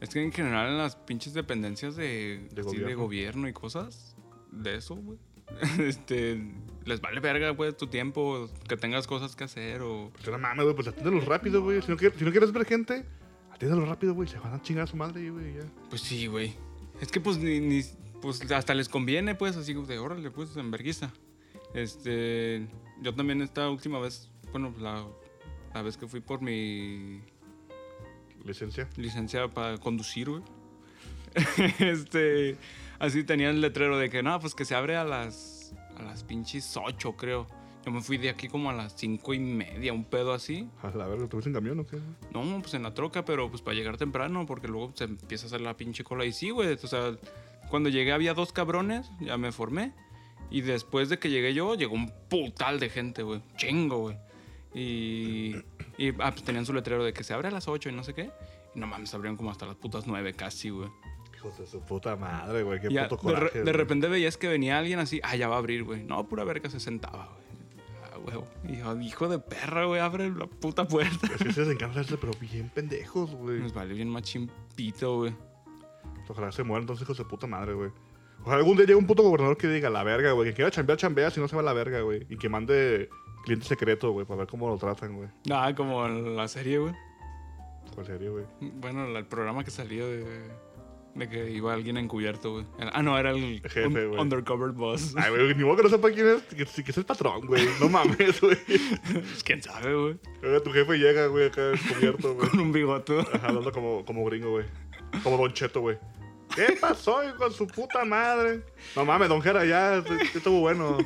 [SPEAKER 2] Es que en general en las pinches dependencias de,
[SPEAKER 1] De
[SPEAKER 2] sí, de
[SPEAKER 1] gobierno.
[SPEAKER 2] gobierno y cosas de eso, güey. Este, les vale verga, güey, tu tiempo, que tengas cosas que hacer o...
[SPEAKER 1] Pues no mames, güey, pues atiéndelo rápido, güey. Si, no quieres, si no quieres ver gente, atiéndelo rápido, güey. Se van a chingar a su madre, güey, ya.
[SPEAKER 2] Pues sí, güey. Es que pues ni, ni- pues hasta les conviene, pues, así de órale, pues, en vergüenza. Este, yo también esta última vez, bueno, la, la vez que fui por mi
[SPEAKER 1] Licencia.
[SPEAKER 2] licencia para conducir, güey. este, así tenía el letrero de que, no, pues que se abre a las, a las pinches 8, creo. Yo me fui de aquí como a las cinco y media, un pedo así.
[SPEAKER 1] A la verga, ¿tuviste en camión o qué?
[SPEAKER 2] No, pues en la troca, pero pues para llegar temprano, porque luego se empieza a hacer la pinche cola. Y sí, güey, o sea, cuando llegué había dos cabrones, ya me formé. Y después de que llegué yo, llegó un putal de gente, güey. Chingo, güey. Y, y ah, pues tenían su letrero de que se abre a las 8 y no sé qué. Y no mames, abrieron como hasta las putas 9 casi, güey.
[SPEAKER 1] Hijos de su puta madre, güey. Qué
[SPEAKER 2] Y ya,
[SPEAKER 1] puto
[SPEAKER 2] de,
[SPEAKER 1] coraje.
[SPEAKER 2] re-
[SPEAKER 1] güey.
[SPEAKER 2] de repente veías que venía alguien así, ah, ya va a abrir, güey. No, pura verga, se sentaba, güey. Ah, huevo. Y yo, hijo de perra, güey, abre la puta puerta.
[SPEAKER 1] Es que se les encanta hacerse, pero bien pendejos, güey.
[SPEAKER 2] Nos vale bien machimpito, güey.
[SPEAKER 1] Ojalá se mueran entonces hijos de puta madre, güey. Ojalá algún día llegue un puto gobernador que diga la verga, güey. Que quiera chambear, chambea, si no se va a la verga, güey. Y que mande cliente secreto, güey, para ver cómo lo tratan, güey.
[SPEAKER 2] Nada, Ah, como la serie, güey.
[SPEAKER 1] ¿Cuál sería, güey?
[SPEAKER 2] Bueno, la- el programa que salió de, de que iba alguien encubierto, güey. Era- Ah, no, era el
[SPEAKER 1] Jefe,
[SPEAKER 2] un-
[SPEAKER 1] güey.
[SPEAKER 2] undercover boss.
[SPEAKER 1] Ay, güey, ni modo que no sepa quién es, que, que es el patrón, güey. No mames, güey.
[SPEAKER 2] ¿Quién sabe, güey?
[SPEAKER 1] Ahora tu jefe llega, güey, acá descubierto, güey.
[SPEAKER 2] Con un bigote.
[SPEAKER 1] Ajá, hablando como, como gringo, güey. Como Don Cheto, güey. ¿Qué pasó, con su puta madre? No mames, Don Jera, ya, este- este estuvo bueno.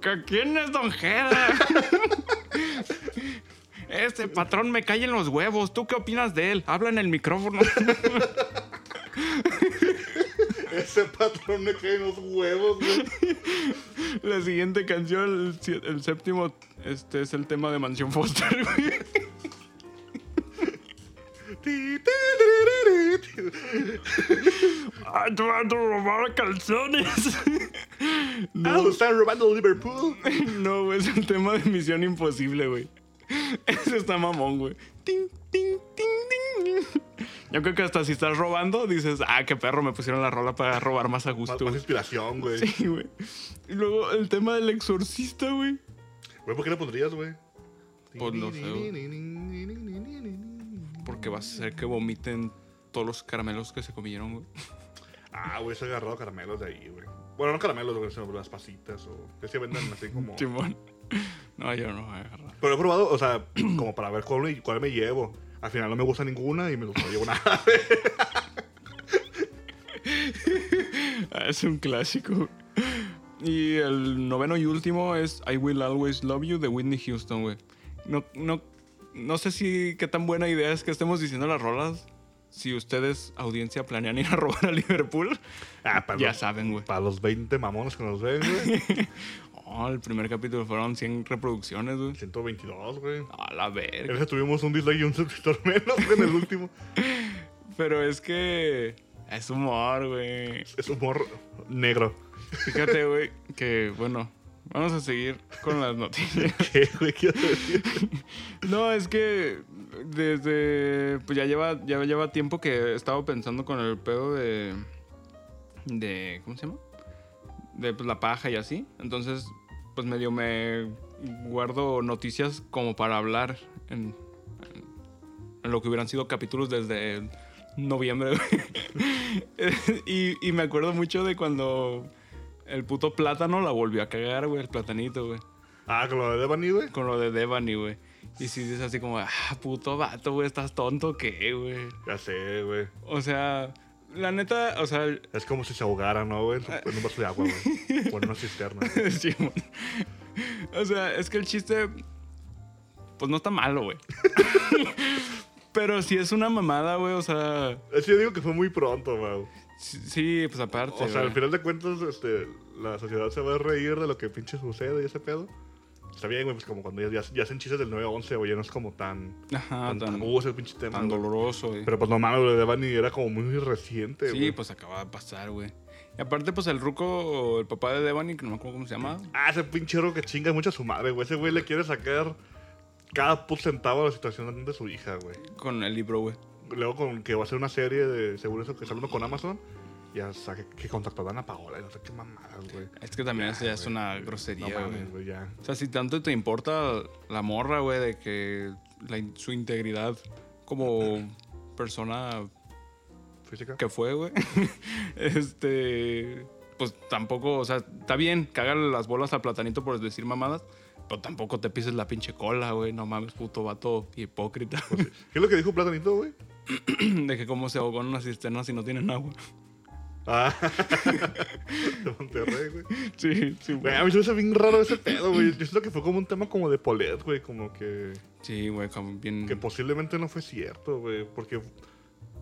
[SPEAKER 2] ¿Que ¿Quién es Don Jera? Este patrón me cae en los huevos. ¿Tú qué opinas de él? Habla en el micrófono.
[SPEAKER 1] Ese patrón me cae en los huevos, güey.
[SPEAKER 2] La siguiente canción, el, si- el séptimo, este es el tema de Mansión Foster, güey.
[SPEAKER 1] Ti, ti, ti, ti, ti, ti.
[SPEAKER 2] Ay, te van a robar calzones.
[SPEAKER 1] Ah,
[SPEAKER 2] No,
[SPEAKER 1] lo están robando Liverpool.
[SPEAKER 2] No, güey, es el tema de Misión Imposible, güey. Ese está mamón, güey. Ting, ting, ting, ting. Yo creo que hasta si estás robando, dices, ah, qué perro, me pusieron la rola para robar más a
[SPEAKER 1] Más,
[SPEAKER 2] gusto.
[SPEAKER 1] más
[SPEAKER 2] güey".
[SPEAKER 1] inspiración, güey.
[SPEAKER 2] Sí, güey. Y luego el tema del exorcista, güey.
[SPEAKER 1] Güey, ¿por qué le pondrías, güey?
[SPEAKER 2] Pues no sé, güey. Porque vas a hacer que vomiten todos los caramelos que se comieron, güey.
[SPEAKER 1] Ah, güey, se ha agarrado caramelos de ahí, güey. Bueno, no caramelos, güey, sino las pasitas o... Que se venden así como...
[SPEAKER 2] Simón. No, yo no voy a agarrar.
[SPEAKER 1] Pero he probado, o sea, como para ver cuál me, cuál me llevo. Al final no me gusta ninguna y me no llevo nada.
[SPEAKER 2] Ah, Es un clásico. Y el noveno y último es I Will Always Love You de Whitney Houston, güey. No, no, no sé si qué tan buena idea es que estemos diciendo las rolas. Si ustedes, audiencia, planean ir a robar a Liverpool,
[SPEAKER 1] Ah, para,
[SPEAKER 2] ya
[SPEAKER 1] los,
[SPEAKER 2] saben, güey.
[SPEAKER 1] para los 20 mamones que nos ven, güey.
[SPEAKER 2] Oh, el primer capítulo fueron 100 reproducciones, güey.
[SPEAKER 1] 122, güey.
[SPEAKER 2] A la
[SPEAKER 1] En
[SPEAKER 2] verga.
[SPEAKER 1] ese tuvimos un dislike y un suscriptor menos güey, en el último.
[SPEAKER 2] Pero es que es humor, güey.
[SPEAKER 1] Es humor negro.
[SPEAKER 2] Fíjate, güey, que bueno, vamos a seguir con las noticias.
[SPEAKER 1] ¿Qué, güey? ¿Qué ibas a decir?
[SPEAKER 2] No, es que desde. Pues ya lleva, ya lleva tiempo que he estado pensando con el pedo de. de ¿Cómo se llama? De pues, la paja y así. Entonces, pues medio me guardo noticias como para hablar en, en lo que hubieran sido capítulos desde noviembre. güey. y, y me acuerdo mucho de cuando el puto plátano la volvió a cagar, güey, el platanito, güey
[SPEAKER 1] Ah, con lo de Devani, güey.
[SPEAKER 2] con lo de Devani, güey. Y si dices así como, ah, puto vato, güey, estás tonto, ¿qué, güey?
[SPEAKER 1] Ya sé, güey.
[SPEAKER 2] O sea, la neta, o sea,
[SPEAKER 1] Es como si se ahogara, ¿no, güey? En su- En un vaso de agua, güey. O en una cisterna. güey.
[SPEAKER 2] sí, mon. o sea, es que el chiste, pues no está malo, güey. Pero si es una mamada, güey, o sea,
[SPEAKER 1] Así yo digo que fue muy pronto, güey.
[SPEAKER 2] sí- sí, pues aparte.
[SPEAKER 1] O sea, al
[SPEAKER 2] güey.
[SPEAKER 1] final de cuentas, este, la sociedad se va a reír de lo que pinche sucede y ese pedo. Está bien, güey, pues como cuando ya, ya hacen chistes del 9-11, güey, ya no es como tan...
[SPEAKER 2] Ajá,
[SPEAKER 1] tan,
[SPEAKER 2] Ah, tan,
[SPEAKER 1] tabú ese pinche tema,
[SPEAKER 2] tan
[SPEAKER 1] güey.
[SPEAKER 2] doloroso, güey.
[SPEAKER 1] Pero pues no mames, lo de Devani era como muy reciente,
[SPEAKER 2] Sí,
[SPEAKER 1] güey.
[SPEAKER 2] pues acaba de pasar, güey. Y aparte, pues el ruco, el papá de Devani, que no me acuerdo cómo se llama,
[SPEAKER 1] Ah, ese pinche oro que chinga mucho a su madre, güey. Ese güey le quiere sacar cada puto centavo a la situación de su hija, güey.
[SPEAKER 2] con el libro, güey.
[SPEAKER 1] Luego con que va a ser una serie de, según eso, que está hablando con Amazon. Y hasta que, que contactarán a Paola y no sé qué mamadas, güey.
[SPEAKER 2] Es que también
[SPEAKER 1] Ya,
[SPEAKER 2] eso ya es
[SPEAKER 1] güey.
[SPEAKER 2] una
[SPEAKER 1] No
[SPEAKER 2] grosería, güey.
[SPEAKER 1] mames, güey, ya.
[SPEAKER 2] O sea, si tanto te importa la morra, güey, de que la in- su integridad como persona
[SPEAKER 1] ¿Física?
[SPEAKER 2] que fue, güey, este, pues tampoco, o sea, está bien cagarle las bolas al platanito por decir mamadas, pero tampoco te pises la pinche cola, güey, no mames, puto vato hipócrita,
[SPEAKER 1] ¿Qué es lo que dijo Platanito, güey?
[SPEAKER 2] de que cómo se ahogó en una cisterna si no tienen agua.
[SPEAKER 1] Ah, de Monterrey, güey.
[SPEAKER 2] Sí, sí, güey.
[SPEAKER 1] Güey, a mí se me hace bien raro ese pedo, güey. Yo siento que fue como un tema como de Polet, güey. Como que,
[SPEAKER 2] Sí, güey, como bien.
[SPEAKER 1] que posiblemente no fue cierto, güey. Porque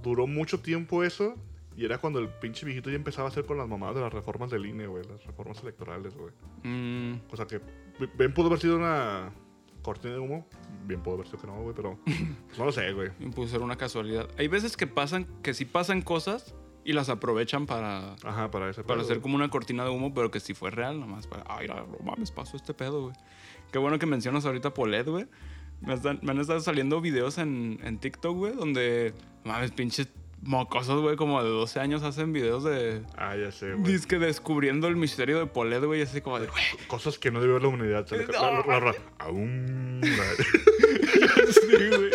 [SPEAKER 1] duró mucho tiempo eso. Y era cuando el pinche viejito ya empezaba a hacer con las mamadas de las reformas del INE, güey. Las reformas electorales, güey.
[SPEAKER 2] Mm,
[SPEAKER 1] O sea que bien pudo haber sido una cortina de humo. Bien pudo haber sido que no, güey. Pero pues, no lo sé, güey.
[SPEAKER 2] pudo ser una casualidad. Hay veces que pasan, que sí pasan cosas y las aprovechan para,
[SPEAKER 1] Ajá, para ese
[SPEAKER 2] para
[SPEAKER 1] pedo,
[SPEAKER 2] hacer
[SPEAKER 1] güey.
[SPEAKER 2] como una cortina de humo, pero que sí fue real, nomás para. Ay, no no mames, pasó este pedo, güey. Qué bueno que mencionas ahorita Polet, güey. Me, están- me han estado saliendo videos en, en TikTok, güey, donde, mames, pinches mocosos, güey, como de 12 años hacen videos de.
[SPEAKER 1] Ah, ya sé, güey.
[SPEAKER 2] Dice que descubriendo el misterio de Polet, güey, así como de, güey,
[SPEAKER 1] Cosas que no debió la humanidad. se le- la- la- la- la- Aún.
[SPEAKER 2] Sí, güey.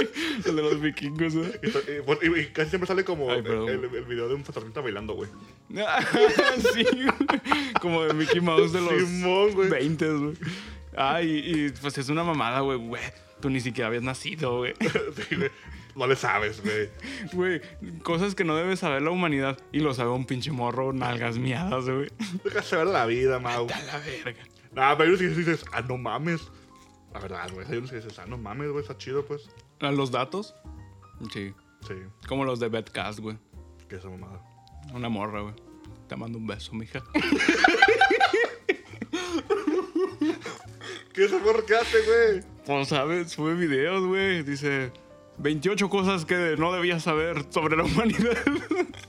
[SPEAKER 2] El de los vikingos, ¿eh? güey.
[SPEAKER 1] Y, to- y- bueno, y- y casi siempre sale como
[SPEAKER 2] Ay,
[SPEAKER 1] el,
[SPEAKER 2] perdón.
[SPEAKER 1] el- el video de un fantasmita bailando, güey.
[SPEAKER 2] sí, güey. Como de Mickey Mouse de los
[SPEAKER 1] Simón, güey.
[SPEAKER 2] 20, güey. Ah, y, y, pues es una mamada, güey, güey. Tú ni siquiera habías nacido, güey.
[SPEAKER 1] Sí, güey. No le sabes, güey.
[SPEAKER 2] Güey, cosas que no debe saber la humanidad. Y lo sabe un pinche morro, nalgas miadas, güey.
[SPEAKER 1] Deja saber la vida, Mau.
[SPEAKER 2] A la verga.
[SPEAKER 1] Ah, pero hay unos que dices, ah, no mames. La verdad, güey. Hay unos que dices, ah, no mames, güey, está chido, pues.
[SPEAKER 2] ¿A los datos? Sí.
[SPEAKER 1] Sí,
[SPEAKER 2] Como los de Betcast, güey.
[SPEAKER 1] que esa mamada.
[SPEAKER 2] Una morra, güey. Te mando un beso, mija.
[SPEAKER 1] ¿Qué es amor que hace, güey?
[SPEAKER 2] Pues sabes, sube videos, güey. Dice 28 cosas que no debías saber sobre la humanidad.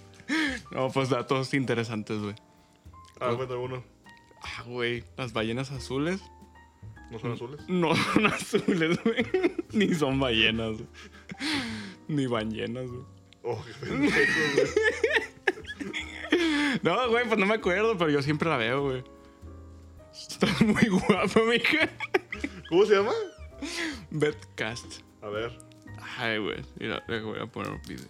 [SPEAKER 2] no, pues datos interesantes, güey.
[SPEAKER 1] Ah, bueno, uno.
[SPEAKER 2] Ah, güey, las ballenas azules
[SPEAKER 1] ¿No son azules?
[SPEAKER 2] no son azules, güey. Ni son ballenas, güey. Ni ballenas, güey.
[SPEAKER 1] Oh, qué pendejo, güey.
[SPEAKER 2] No, güey, pues no me acuerdo, pero yo siempre la veo, güey. Está muy guapa, mija.
[SPEAKER 1] ¿Cómo se llama?
[SPEAKER 2] Betcast.
[SPEAKER 1] A ver.
[SPEAKER 2] Ay, güey. Mira, le voy a poner un video.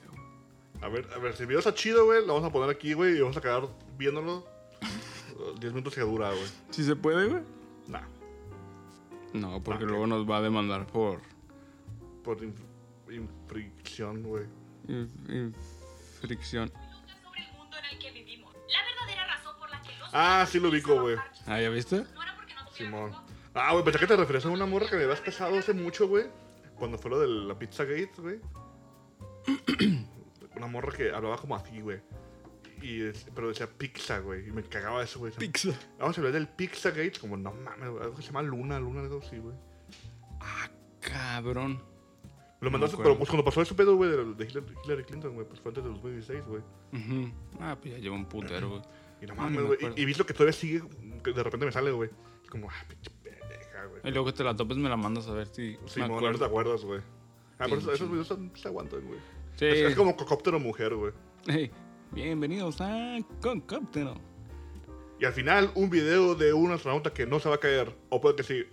[SPEAKER 1] A ver, a ver, si el video está chido, güey, lo vamos a poner aquí, güey, y vamos a quedar viéndolo. eh, 10 minutos que dura, güey.
[SPEAKER 2] Si se puede, güey.
[SPEAKER 1] Nah.
[SPEAKER 2] No, porque luego nos va a demandar por
[SPEAKER 1] Por inf- infricción, güey.
[SPEAKER 2] Inf- inf- fricción.
[SPEAKER 3] sobre el mundo en el que vivimos. La verdadera razón por la que los
[SPEAKER 1] Ah, sí lo ubico, güey.
[SPEAKER 2] Ah, ¿ya viste?
[SPEAKER 3] No era porque no tuvieran
[SPEAKER 1] Simón.
[SPEAKER 3] hijos,
[SPEAKER 1] Ah, güey, pensé que te referías a una morra que me habías pesado hace mucho, güey. Cuando fue lo de la Pizza Gate, güey. una morra que hablaba como así, güey. Y, es- pero decía pizza, güey. Y me cagaba eso, güey.
[SPEAKER 2] Pizza.
[SPEAKER 1] Vamos a hablar del Pizza Gate. Como, no mames, güey, algo que se llama Luna, Luna, algo así, güey.
[SPEAKER 2] Ah, cabrón.
[SPEAKER 1] Lo mandaste,
[SPEAKER 2] acuerdo.
[SPEAKER 1] pero pues cuando pasó ese pedo, güey, de, de Hillary Hillary Clinton, güey, pues fue antes de 2016, güey.
[SPEAKER 2] Ujú. Ah, pues ya llevo un putero, güey.
[SPEAKER 1] Y no
[SPEAKER 2] Ah, ni
[SPEAKER 1] mames,
[SPEAKER 2] me
[SPEAKER 1] güey.
[SPEAKER 2] acuerdo.
[SPEAKER 1] y, y viste que todavía sigue, que de repente me sale, güey. Y Como, ah, pinche pendeja, güey.
[SPEAKER 2] Y luego que te la topes me la mandas a ver si
[SPEAKER 1] Sí,
[SPEAKER 2] me
[SPEAKER 1] no te
[SPEAKER 2] acuerdo.
[SPEAKER 1] acuerdas, güey. Ah, por eso
[SPEAKER 2] Pinche.
[SPEAKER 1] esos videos son- se aguantan, güey.
[SPEAKER 2] Sí.
[SPEAKER 1] Es, es como cocóptero mujer, güey.
[SPEAKER 2] Hey, bienvenidos a Concóptero.
[SPEAKER 1] Y al final, un video de un astronauta que no se va a caer. O puede que sí.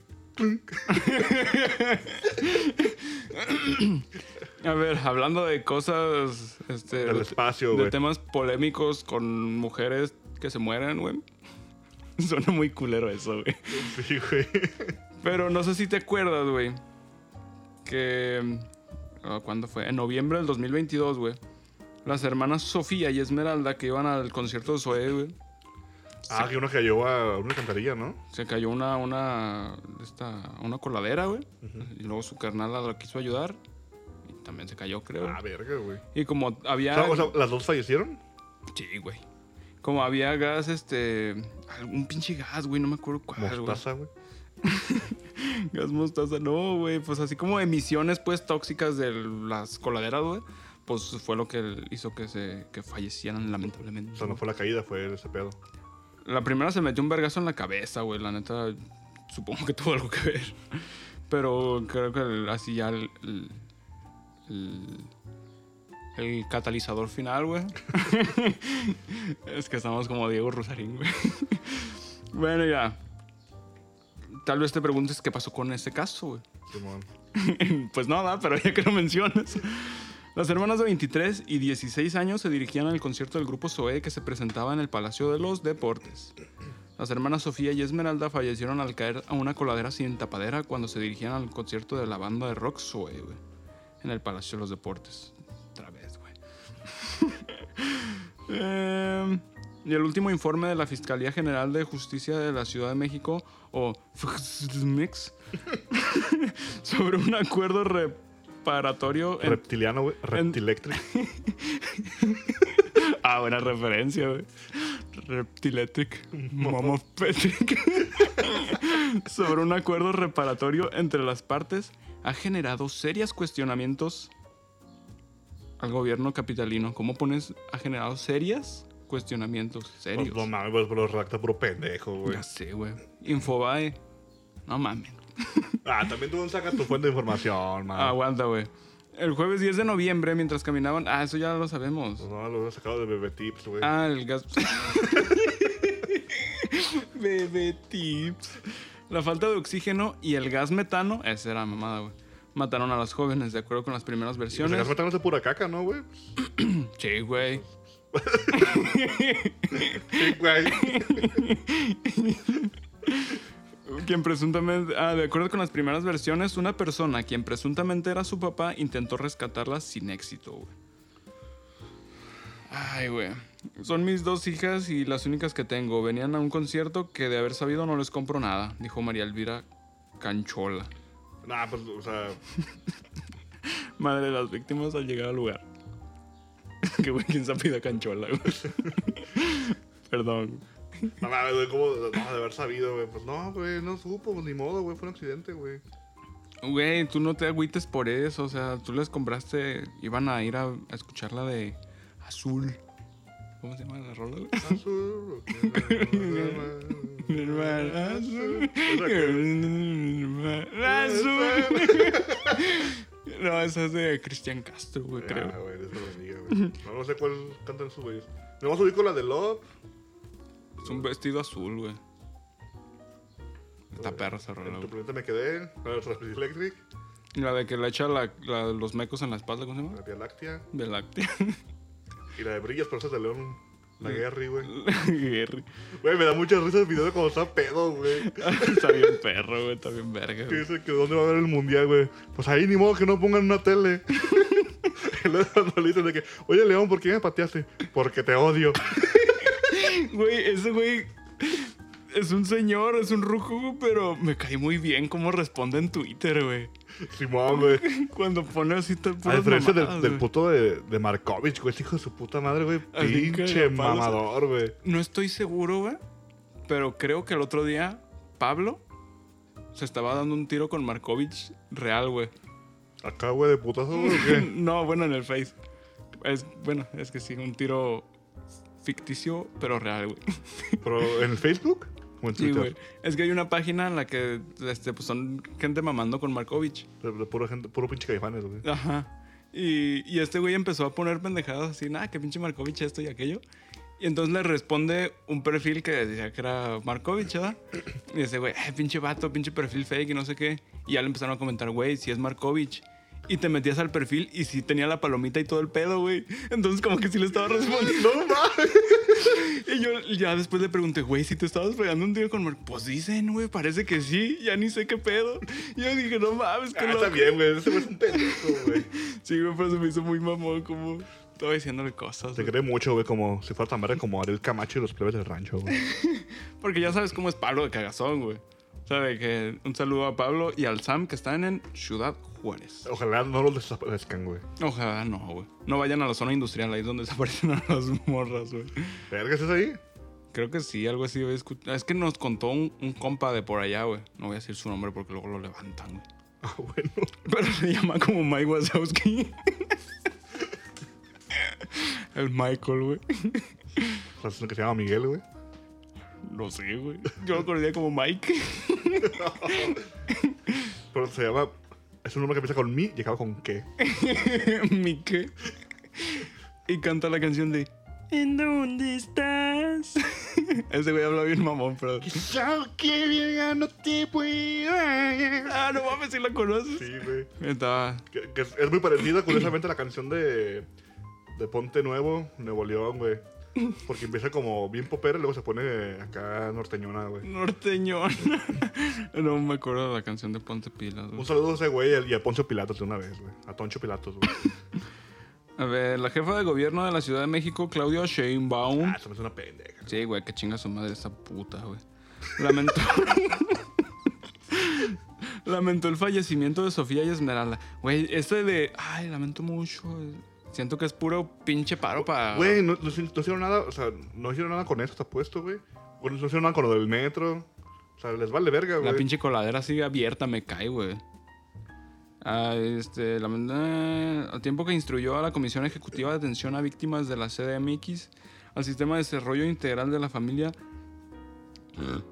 [SPEAKER 2] A ver, hablando de cosas... Este,
[SPEAKER 1] Del
[SPEAKER 2] de-
[SPEAKER 1] espacio,
[SPEAKER 2] De
[SPEAKER 1] güey.
[SPEAKER 2] temas polémicos con mujeres que se mueren, güey. Suena muy culero eso, güey.
[SPEAKER 1] Sí, güey.
[SPEAKER 2] Pero no sé si te acuerdas, güey. Que. ah, ¿Cuándo fue? En noviembre del 2022, güey. Las hermanas Sofía y Esmeralda que iban al concierto de Zoé, güey.
[SPEAKER 1] Ah, que uno cayó a una alcantarilla, ¿no?
[SPEAKER 2] Se cayó una, una, esta, una coladera, güey. Y luego su carnal la quiso ayudar. Y también se cayó, creo.
[SPEAKER 1] Ah, verga, güey.
[SPEAKER 2] Y como
[SPEAKER 1] O
[SPEAKER 2] había.
[SPEAKER 1] sea, o sea, ¿las dos fallecieron?
[SPEAKER 2] sí, güey. Como había gas, este. Algún pinche gas, güey. No me acuerdo cuál, güey.
[SPEAKER 1] Mostaza, güey.
[SPEAKER 2] Gas mostaza, no, güey. Pues así como emisiones, pues, tóxicas de las coladeras, güey. Pues fue lo que hizo que se que fallecieran, lamentablemente.
[SPEAKER 1] O sea, no fue la caída, fue ese pedo.
[SPEAKER 2] La primera se metió un vergazo en la cabeza, güey. La neta, supongo que tuvo algo que ver. Pero creo que el- así ya el... el- el- el catalizador final, güey. es que estamos como Diego Rosarín, güey. bueno, ya. Tal vez te preguntes qué pasó con ese caso, güey.
[SPEAKER 1] Simón.
[SPEAKER 2] Pues nada, pero ya que lo mencionas. Las hermanas de 23 y 16 años se dirigían al concierto del grupo Zoé que se presentaba en el Palacio de los Deportes. Las hermanas Sofía y Esmeralda fallecieron al caer a una coladera sin tapadera cuando se dirigían al concierto de la banda de rock Zoé, güey, En el Palacio de los Deportes. Otra vez, güey. Em, Y el último informe de la Fiscalía General de Justicia de la Ciudad de México, o FGSMIX, sobre un acuerdo reparatorio. en-
[SPEAKER 1] Reptiliano, güey. Reptilectric.
[SPEAKER 2] Ah, buena referencia, güey. Reptiletic. Momopetic. sobre un acuerdo reparatorio entre las partes ha generado serios cuestionamientos al gobierno capitalino. ¿Cómo pones? Ha generado serias cuestionamientos.
[SPEAKER 1] Pues,
[SPEAKER 2] Serios.
[SPEAKER 1] no mames, pues lo redacta puro pendejo, güey.
[SPEAKER 2] Ya sé, güey. Infobae. No mames.
[SPEAKER 1] Ah, también tú sacas tu fuente de información, man.
[SPEAKER 2] Ah, aguanta, güey. El jueves 10 de noviembre, mientras caminaban. Ah, eso ya lo sabemos.
[SPEAKER 1] No, lo hubiera sacado de Bebé Tips, güey.
[SPEAKER 2] Ah, el gas. Bebé tips. La falta de oxígeno y el gas metano. Esa era mamada, güey. Mataron a las jóvenes, de acuerdo con las primeras
[SPEAKER 1] Pues
[SPEAKER 2] versiones.
[SPEAKER 1] acá metándose pura caca, ¿no, güey? Pues,
[SPEAKER 2] Sí, güey.
[SPEAKER 1] Sí, güey.
[SPEAKER 2] Quien presuntamente. Ah, de acuerdo con las primeras versiones, una persona, quien presuntamente era su papá, intentó rescatarla sin éxito, güey. Ay, güey. Son mis dos hijas y las únicas que tengo. Venían a un concierto que de haber sabido no les compro nada, dijo María Elvira Canchola.
[SPEAKER 1] nah, pues, o sea,
[SPEAKER 2] Madre de las víctimas al llegar al lugar. Qué güey, quién se ha pedido canchola, güey. Perdón.
[SPEAKER 1] no mames, güey, ¿cómo? No, de haber sabido, güey. Pues no, güey, no supo, pues ni modo, güey. Fue un accidente, güey.
[SPEAKER 2] Güey, tú no te agüites por eso. O sea, tú les compraste. Iban a ir a, a escuchar la de Azul. ¿Cómo se llama la rola, güey?
[SPEAKER 1] Ah, Azul, ok.
[SPEAKER 2] Mi hermana azul.
[SPEAKER 1] Esa
[SPEAKER 2] Mi
[SPEAKER 1] que-
[SPEAKER 2] hermana azul. No, esa es de Cristian Castro, güey,
[SPEAKER 1] Ah,
[SPEAKER 2] creo.
[SPEAKER 1] güey, Dios te bendiga, güey. No, no sé cuál cantan sus güeyes. Nos vamos a subir con la de Love.
[SPEAKER 2] Es un vestido azul, güey. Está perra esa rola,
[SPEAKER 1] En
[SPEAKER 2] güey.
[SPEAKER 1] tu planeta me quedé. La de Transpacific Electric.
[SPEAKER 2] La de que le echa la- la- los mecos en la espalda, ¿cómo se
[SPEAKER 1] La
[SPEAKER 2] llama?
[SPEAKER 1] Vía Láctea.
[SPEAKER 2] Beláctea.
[SPEAKER 1] Y la de Brillas, por eso de León. La Gary, güey.
[SPEAKER 2] Guerri.
[SPEAKER 1] Güey, me da mucha risa el video de cuando está pedo, güey.
[SPEAKER 2] está bien perro, güey. Está bien verga,
[SPEAKER 1] Que
[SPEAKER 2] güey.
[SPEAKER 1] dice que dónde va a haber el mundial, güey. Pues ahí ni modo que no pongan una tele. Y luego cuando le dicen de que, oye León, ¿por qué me pateaste? Porque te odio.
[SPEAKER 2] Güey, ese güey es un señor, es un rujo, güey, pero me cae muy bien cómo responde en Twitter, güey.
[SPEAKER 1] Simón, güey.
[SPEAKER 2] Cuando pone así tan
[SPEAKER 1] A
[SPEAKER 2] puras
[SPEAKER 1] diferencia del,
[SPEAKER 2] mamadas,
[SPEAKER 1] del
[SPEAKER 2] güey.
[SPEAKER 1] puto de, de Markovich, güey, ese hijo de su puta madre, güey.
[SPEAKER 2] Así que
[SPEAKER 1] Pinche
[SPEAKER 2] la pausa.
[SPEAKER 1] mamador, güey.
[SPEAKER 2] No estoy seguro, güey, pero creo que el otro día Pablo se estaba dando un tiro con Markovich real, güey.
[SPEAKER 1] Acá, güey, de putazo, güey, ¿o qué?
[SPEAKER 2] No, bueno, en el Face. Es, bueno, es que sí, un tiro ficticio, pero real, güey.
[SPEAKER 1] Pero en el Facebook o en
[SPEAKER 2] Sí, güey.
[SPEAKER 1] Twitter.
[SPEAKER 2] Es que hay una página en la que este, pues, son gente mamando con Markovich.
[SPEAKER 1] de, de puro, gente, puro pinche caifanes, güey.
[SPEAKER 2] Ajá. Y, y este güey empezó a poner pendejadas así, nada, que pinche Markovich esto y aquello. Y entonces le responde un perfil que decía que era Markovich, ¿verdad? Y dice, güey, "Eh, pinche vato, pinche perfil fake y no sé qué. Y ya le empezaron a comentar, güey, si es Markovich. Y te metías al perfil y sí tenía la palomita y todo el pedo, güey. Entonces como que sí le estaba respondiendo.
[SPEAKER 1] No mames.
[SPEAKER 2] Y yo ya después le pregunté, güey, si te estabas pegando un tiro con Mark. Pues dicen, güey, parece que sí, ya ni sé qué pedo. Y yo dije, no mames, qué
[SPEAKER 1] Ah,
[SPEAKER 2] loco.
[SPEAKER 1] está bien, güey. Ese güey es un pendejo, güey.
[SPEAKER 2] Sí, güey, pero se me hizo muy mamón, como estaba diciéndole cosas.
[SPEAKER 1] Se
[SPEAKER 2] güey.
[SPEAKER 1] cree mucho, güey, como si fuera tan verga como Ariel Camacho y los plebes del rancho, güey.
[SPEAKER 2] Porque ya sabes cómo es Pablo de cagazón, güey. O sea, de que un saludo a Pablo y al Sam que están en Ciudad Juárez.
[SPEAKER 1] Ojalá no los desaparezcan, güey.
[SPEAKER 2] Ojalá no, güey. No vayan a la zona industrial, ahí es donde desaparecen a las morras, güey.
[SPEAKER 1] ¿Verga es ahí?
[SPEAKER 2] Creo que sí, algo así. había escu- Es que nos contó un, un compa de por allá, güey. No voy a decir su nombre porque luego lo levantan, güey.
[SPEAKER 1] Ah, bueno.
[SPEAKER 2] Pero se llama como Mike Wazowski. El Michael, güey.
[SPEAKER 1] O sea, que se llama Miguel, güey.
[SPEAKER 2] No sé, güey. Yo lo conocía como Mike.
[SPEAKER 1] Pero se llama. Es un nombre que empieza con mi y acaba con qué.
[SPEAKER 2] Mike. Y canta la canción de ¿En dónde estás? Ese güey habla bien mamón, pero.
[SPEAKER 1] Yo que verga no te puedo.
[SPEAKER 2] Ah, no mames, si la conoces.
[SPEAKER 1] Sí, güey.
[SPEAKER 2] Estaba.
[SPEAKER 1] Que, que es es muy parecida, curiosamente, a la canción de. De Ponte Nuevo, Nuevo León, güey. Porque empieza como bien popera y luego se pone acá norteñona, güey.
[SPEAKER 2] Norteñón. No me acuerdo de la canción de Ponte Pilas. güey.
[SPEAKER 1] Un saludo a ese güey y a Poncio Pilatos de una vez, güey. A Toncho Pilatos, güey.
[SPEAKER 2] A ver, la jefa de gobierno de la Ciudad de México, Claudia Sheinbaum.
[SPEAKER 1] Ah, se me hace una pendeja.
[SPEAKER 2] Sí, güey, que chinga su madre esa puta, güey. Lamentó. lamentó el fallecimiento de Sofía y Esmeralda. Güey, este de. Ay, lamento mucho. Siento que es puro pinche paro para.
[SPEAKER 1] Güey, no, no hicieron- no hicieron nada, o sea, no hicieron nada con eso, está puesto, güey. Bueno, no hicieron nada con lo del metro. O sea, les vale verga, güey.
[SPEAKER 2] La pinche coladera sigue abierta, me cae, güey. Ah, este, lamen- eh, al tiempo que instruyó a la Comisión Ejecutiva de Atención a Víctimas de la CDMX, al Sistema de Desarrollo Integral de la Familia,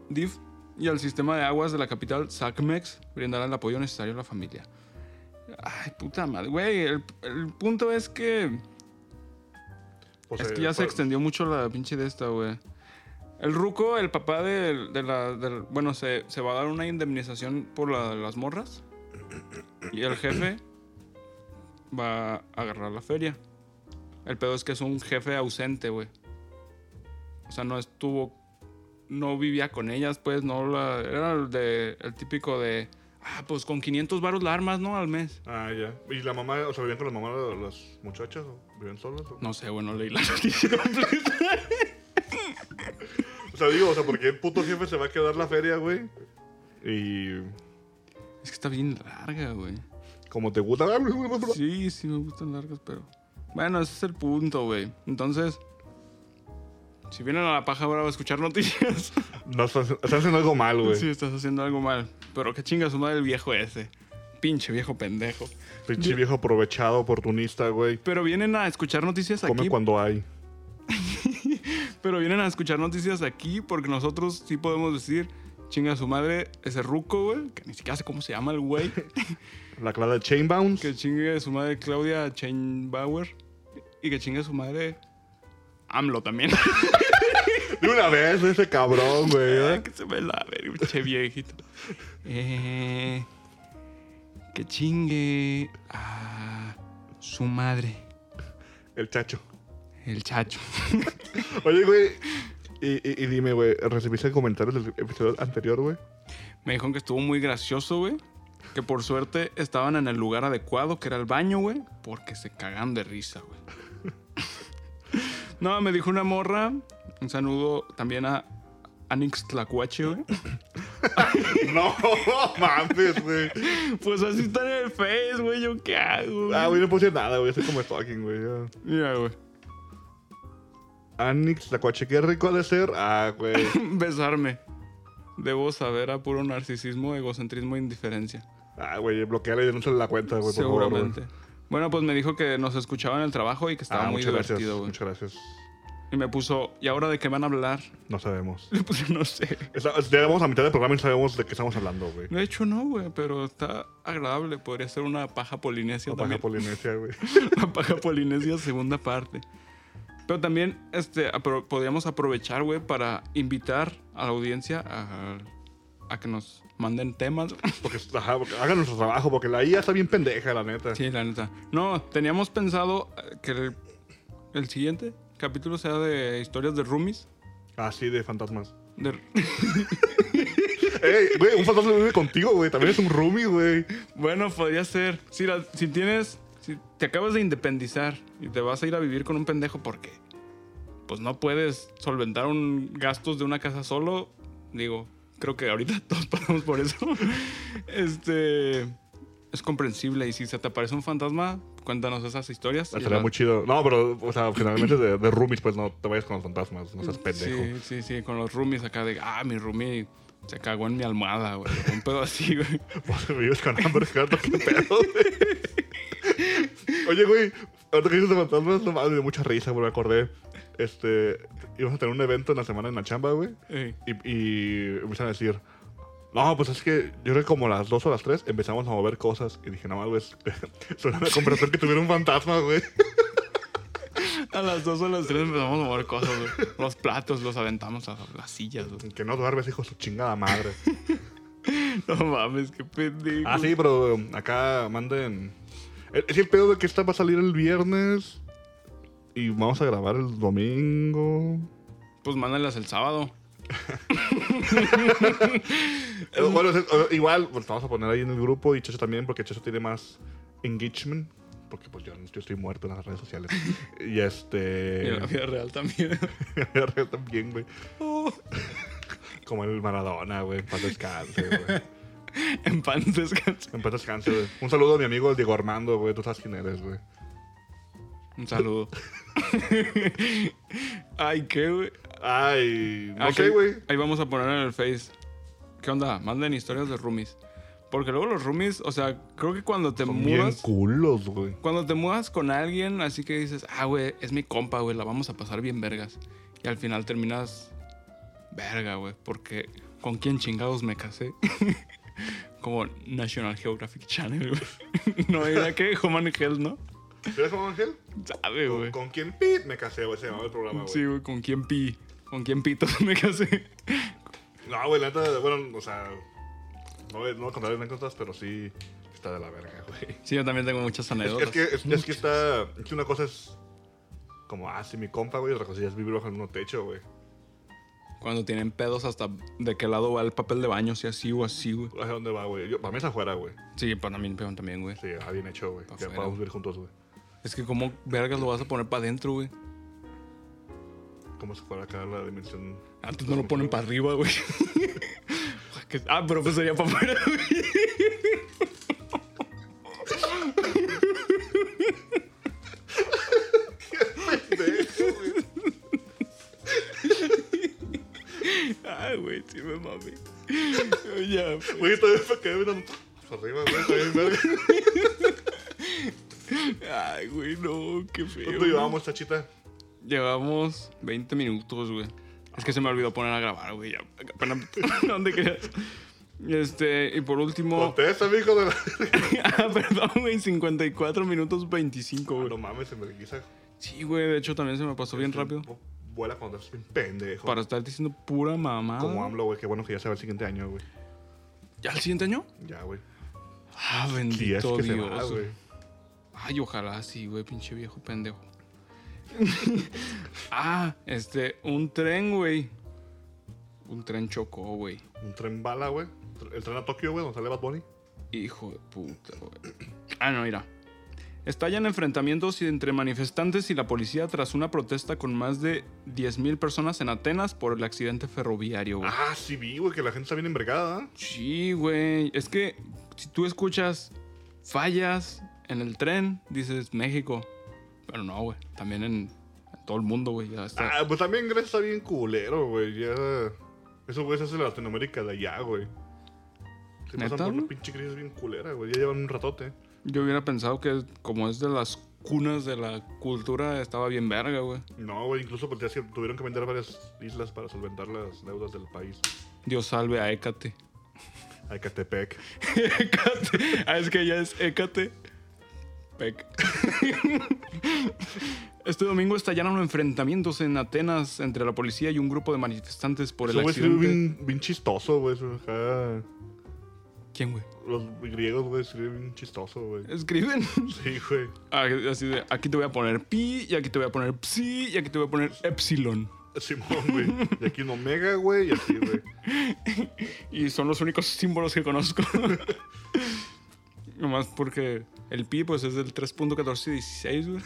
[SPEAKER 2] DIF, y al Sistema de Aguas de la capital, SACMEX, brindará E el apoyo necesario a la familia. Ay, puta madre. Güey, el, el punto es que...
[SPEAKER 1] O
[SPEAKER 2] Es
[SPEAKER 1] sea,
[SPEAKER 2] que ya se
[SPEAKER 1] fue-
[SPEAKER 2] extendió mucho la pinche de esta, güey. El ruco, el papá del- de, la... del- bueno, se, se va a dar una indemnización por la- las morras. Y el jefe va a agarrar la feria. El pedo es que es un jefe ausente, güey. O sea, no estuvo... No vivía con ellas, pues, no la... Era el, de, el típico de... Ah, pues con 500 varos la armas, ¿no? Al mes.
[SPEAKER 1] Ah, ya. ¿Y la mamá, o sea, vivían con la mamá de las muchachas? ¿O vivían solas? o-
[SPEAKER 2] No sé, güey, no leí la noticia completa.
[SPEAKER 1] O sea, digo, o sea, porque el puto jefe se va a quedar la feria, güey. Y
[SPEAKER 2] Es que está bien larga, güey.
[SPEAKER 1] como te gusta... ¡ah,
[SPEAKER 2] Sí, sí me gustan largas, pero. Bueno, ese es el punto, güey. Entonces, si vienen a la paja ahora a escuchar noticias,
[SPEAKER 1] No, estás, estás haciendo algo mal, güey.
[SPEAKER 2] sí estás haciendo algo mal. Pero qué chinga su madre el viejo ese. Pinche viejo pendejo.
[SPEAKER 1] Pinche viejo aprovechado, oportunista, güey.
[SPEAKER 2] Pero vienen a escuchar noticias
[SPEAKER 1] Come
[SPEAKER 2] aquí.
[SPEAKER 1] cuando hay.
[SPEAKER 2] Pero vienen a escuchar noticias aquí porque nosotros sí podemos decir. Chinga su madre, ese ruco, güey, que ni siquiera sé cómo se llama el güey.
[SPEAKER 1] La clara de Chainbound.
[SPEAKER 2] que chingue su madre Claudia Chainbauer. Y que chingue su madre AMLO también.
[SPEAKER 1] De una vez, ese cabrón, güey.
[SPEAKER 2] Ah,
[SPEAKER 1] ¿eh?
[SPEAKER 2] que se me la verga, che viejito. Eh, que chingue a su madre,
[SPEAKER 1] El chacho.
[SPEAKER 2] el chacho.
[SPEAKER 1] Oye, güey. Y, y- y dime, güey, ¿recibiste comentarios del episodio anterior, güey?
[SPEAKER 2] Me dijeron que estuvo muy gracioso, güey. Que por suerte estaban en el lugar adecuado, que era el baño, güey. Porque se cagan de risa, güey. No, me dijo una morra. Un saludo también a Anix Tlacuache, güey.
[SPEAKER 1] No, mames, güey.
[SPEAKER 2] Pues así está en el Face, güey. ¿Yo qué hago?
[SPEAKER 1] Ah, güey, no puse nada, güey. Estoy como stalking, güey. ya.
[SPEAKER 2] Mira, güey.
[SPEAKER 1] Anix, la cuache, qué rico ha de ser. Ah, güey.
[SPEAKER 2] Besarme. Debo saber a puro narcisismo, egocentrismo e indiferencia.
[SPEAKER 1] Ah, güey, bloqueale y denúnciale la cuenta, güey, por favor, güey.
[SPEAKER 2] Seguramente. bueno, pues me dijo que nos escuchaba en el trabajo y que estaba
[SPEAKER 1] Ah,
[SPEAKER 2] muy
[SPEAKER 1] muchas gracias.
[SPEAKER 2] divertido, güey.
[SPEAKER 1] Muchas gracias.
[SPEAKER 2] Y me puso, ¿y ahora de qué van a hablar?
[SPEAKER 1] No sabemos.
[SPEAKER 2] Le puse, no sé.
[SPEAKER 1] Está- Ya vamos a mitad del programa y no sabemos de qué estamos hablando, güey.
[SPEAKER 2] De hecho, no, güey, pero está agradable. Podría ser una paja polinesia
[SPEAKER 1] La paja
[SPEAKER 2] también.
[SPEAKER 1] polinesia, güey.
[SPEAKER 2] la paja polinesia, segunda parte. Pero también este, apro- podríamos aprovechar, güey, para invitar a la audiencia a, a que nos manden temas.
[SPEAKER 1] Porque, ajá, porque hagan nuestro trabajo, porque la IA está bien pendeja, la neta.
[SPEAKER 2] Sí, la neta. No, teníamos pensado eh, que el, el siguiente capítulo sea de historias de roomies.
[SPEAKER 1] Así de fantasmas.
[SPEAKER 2] De-
[SPEAKER 1] Ey, güey, un fantasma vive contigo, güey. También es un roomie, güey.
[SPEAKER 2] bueno, podría ser. Si, la- si tienes. Si te acabas de independizar y te vas a ir a vivir con un pendejo porque. Pues no puedes solventar un gastos de una casa solo. Digo, creo que ahorita todos pasamos por eso. este. Es comprensible y si se te aparece un fantasma, cuéntanos esas historias. y
[SPEAKER 1] Estaría
[SPEAKER 2] las-
[SPEAKER 1] muy chido. No, pero, o sea, generalmente de, de roomies, pues no te vayas con los fantasmas. No seas pendejo.
[SPEAKER 2] Sí, sí, sí, con los roomies acá de, ah, mi roomie se cagó en mi almohada, güey. Un pedo así, güey.
[SPEAKER 1] Vos vives con hambre, gato, qué pedo, güey. Oye, güey, ahorita que dices de fantasmas, no mames, me dio mucha risa, güey, me acordé. Este, íbamos a tener un evento en la semana en la chamba, güey.
[SPEAKER 2] Ey,
[SPEAKER 1] Y, y empiezan a decir, no, pues es que yo creo que como a las 2 o las 3 empezamos a mover cosas. Y dije, no mames, suena una conversación que tuviera un fantasma, güey.
[SPEAKER 2] A las dos o las tres empezamos a mover cosas, güey. Los platos los aventamos a las sillas, güey.
[SPEAKER 1] Que no duermes, hijo de su chingada madre.
[SPEAKER 2] No mames, qué pendejo.
[SPEAKER 1] Ah, sí, pero um, acá manden. Es es el pedo de que esta va a salir el viernes. Y vamos a grabar el domingo.
[SPEAKER 2] Pues mándalas el sábado.
[SPEAKER 1] Eh, Bueno, es- o- igual, pues, vamos a poner ahí en el grupo. Y Checho también, porque Checho tiene más engagement. porque pues yo, yo estoy muerto en las redes sociales. y este...
[SPEAKER 2] Y en la vida real también.
[SPEAKER 1] Real también, güey. Como el Maradona, güey. En paz descanse, güey.
[SPEAKER 2] en pan descansa.
[SPEAKER 1] En paz descanse, güey. Un saludo a mi amigo Diego Armando, güey. Tú sabes quién eres, güey.
[SPEAKER 2] Un saludo. Ay, qué, güey.
[SPEAKER 1] Ay, no
[SPEAKER 2] Ah,
[SPEAKER 1] sé,
[SPEAKER 2] que-
[SPEAKER 1] güey.
[SPEAKER 2] Ahí vamos a poner en el Face. ¿Qué onda? Manden historias de roomies. Porque luego los roomies, o sea, creo que cuando te
[SPEAKER 1] Son bien
[SPEAKER 2] mudas.
[SPEAKER 1] culos, güey.
[SPEAKER 2] Cuando te mudas con alguien, así que dices, ah, güey, es mi compa, güey, la vamos a pasar bien vergas. Y al final terminas, verga, güey, porque ¿con quién chingados me casé? Como National Geographic Channel, güey. no era que Human Hell, ¿no?
[SPEAKER 1] ¿Eres como Ángel?
[SPEAKER 2] Sabe,
[SPEAKER 1] ¿Con,
[SPEAKER 2] güey.
[SPEAKER 1] con quién pit me casé, güey? Se llamaba el programa, güey.
[SPEAKER 2] Sí, güey, ¿con quién pi? ¿Con quién pitos me casé?
[SPEAKER 1] No, güey, la neta, bueno, o sea. No, voy- no voy a contar anécdotas, pero sí está de la verga, güey.
[SPEAKER 2] Sí, yo también tengo muchas
[SPEAKER 1] Es,
[SPEAKER 2] anécdotas.
[SPEAKER 1] es que, es, es que está. Es que una cosa es. Como, ah, sí, mi compa, güey. y Otra cosa ya es vivir bajo el mismo techo, güey.
[SPEAKER 2] Cuando tienen pedos hasta de qué lado va el papel de baño, si así o así, güey.
[SPEAKER 1] No sé dónde va, güey. Yo- Para mí es afuera, güey.
[SPEAKER 2] Sí, para mí peón también, güey.
[SPEAKER 1] Sí, ah, bien hecho, güey. Ya
[SPEAKER 2] Afuera.
[SPEAKER 1] podemos vivir juntos, güey.
[SPEAKER 2] Es que como vergas lo vas a poner para adentro, güey.
[SPEAKER 1] Como si fuera acá la dimensión.
[SPEAKER 2] Antes no lo ponen para arriba, güey. Que- ah, pero pues sería para afuera, güey.
[SPEAKER 1] De hecho, güey.
[SPEAKER 2] Ah, güey, sí me mami. ya.
[SPEAKER 1] Güey, todavía me quedé mirando. Para arriba, güey. Está bien, verga.
[SPEAKER 2] Ay, güey, no, qué feo.
[SPEAKER 1] ¿Cuánto llevamos, chachita?
[SPEAKER 2] Llevamos 20 minutos, güey. Es que se me olvidó poner a grabar, güey. Ya, apenas. ¿Dónde creas? Este, y por último.
[SPEAKER 1] Contesta, mijo. De la...
[SPEAKER 2] ah, perdón, güey, 54 minutos 25, güey.
[SPEAKER 1] Ah, No mames, se me guisa.
[SPEAKER 2] Sí, güey, de hecho también se me pasó bien rápido.
[SPEAKER 1] Vuela cuando estás bien pendejo.
[SPEAKER 2] Para Ah. estar diciendo pura mamada.
[SPEAKER 1] Como AMLO, güey. Qué bueno que ya se va el siguiente año, güey.
[SPEAKER 2] ¿Ya el siguiente año?
[SPEAKER 1] Ya, güey.
[SPEAKER 2] Ah,
[SPEAKER 1] Sí, es
[SPEAKER 2] bendito
[SPEAKER 1] que se
[SPEAKER 2] Dios.
[SPEAKER 1] va, güey.
[SPEAKER 2] Ay, ojalá sí, güey, pinche viejo pendejo. ah, este, un tren, güey. Un tren chocó, güey.
[SPEAKER 1] Un tren bala, güey. El tren a Tokio, güey, donde sale Bad Bunny.
[SPEAKER 2] Hijo de puta, güey. Ah, no, mira. Estallan enfrentamientos entre manifestantes y la policía tras una protesta con más de 10.000 personas en Atenas por el accidente ferroviario, güey.
[SPEAKER 1] Ah, sí vi, güey, que la gente está bien envergada. ¿eh?
[SPEAKER 2] Sí, güey. Es que si tú escuchas fallas en el tren, dices México. Pero no, güey. También en, en todo el mundo, güey. Ya está.
[SPEAKER 1] Ah, pues también Grecia está bien culero, güey. Ya. Eso, güey, se hace en Latinoamérica de allá, güey. Se
[SPEAKER 2] ¿Neta,
[SPEAKER 1] pasan por una
[SPEAKER 2] güey?
[SPEAKER 1] pinche crisis bien culera, güey. Ya llevan un ratote.
[SPEAKER 2] Yo hubiera pensado que como es de las cunas de la cultura, estaba bien verga, güey.
[SPEAKER 1] No, güey, incluso porque así tuvieron que vender varias islas para solventar las deudas del país.
[SPEAKER 2] Dios salve a Hécate.
[SPEAKER 1] Ecatepec.
[SPEAKER 2] Hécate. Ah, es que ya es Hécate. Pec. Este domingo estallaron enfrentamientos en Atenas entre la policía y un grupo de manifestantes por el
[SPEAKER 1] Eso, güey, sí,
[SPEAKER 2] accidente.
[SPEAKER 1] bien, bien chistoso, güey. eso, ajá.
[SPEAKER 2] ¿Quién, güey?
[SPEAKER 1] Los griegos, güey, sí, bien chistoso, güey.
[SPEAKER 2] Escriben.
[SPEAKER 1] Sí, güey.
[SPEAKER 2] Ah, Así de, aquí te voy a poner pi, y aquí te voy a poner psi, y aquí te voy a poner epsilon.
[SPEAKER 1] Simón, güey. Y aquí en Omega, güey, y así, güey.
[SPEAKER 2] Y son los únicos símbolos que conozco. Nomás porque el pi, pues es del 3.1416, güey.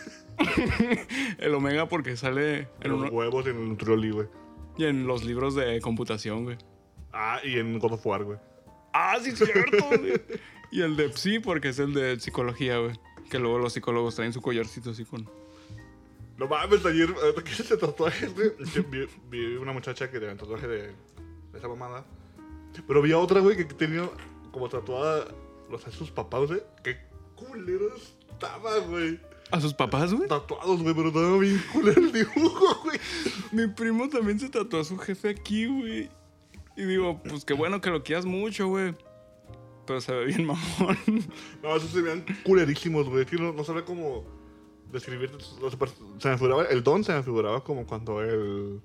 [SPEAKER 2] el omega porque sale en
[SPEAKER 1] En los
[SPEAKER 2] uno-
[SPEAKER 1] huevos y en el Nutrioli, güey.
[SPEAKER 2] y en los libros de computación, güey.
[SPEAKER 1] Ah, y en God of War, güey.
[SPEAKER 2] Ah, sí, cierto, güey. Y el de psi porque es el de psicología, güey. Que luego los psicólogos traen su collarcito así con...
[SPEAKER 1] No mames, ayer, eh, ¿qué es ese tatuaje, güey? Es que Vi, vi una muchacha que tenía un tatuaje de, de esa mamada. Pero vi a otra, güey, que tenía como tatuada los a sus papás, güey. Qué culero estaba, güey.
[SPEAKER 2] ¿A sus papás, güey?
[SPEAKER 1] Tatuados, güey, pero estaba bien culero el dibujo, güey.
[SPEAKER 2] Mi primo también se tatuó a su jefe aquí, güey. Y digo, pues qué bueno que lo quieras mucho, güey. Pero se ve bien mamón.
[SPEAKER 1] No, esos se veían culerísimos, güey. Es que no, no sabía cómo describirte. O sea, pero Se me figuraba, el don se me figuraba como cuando el.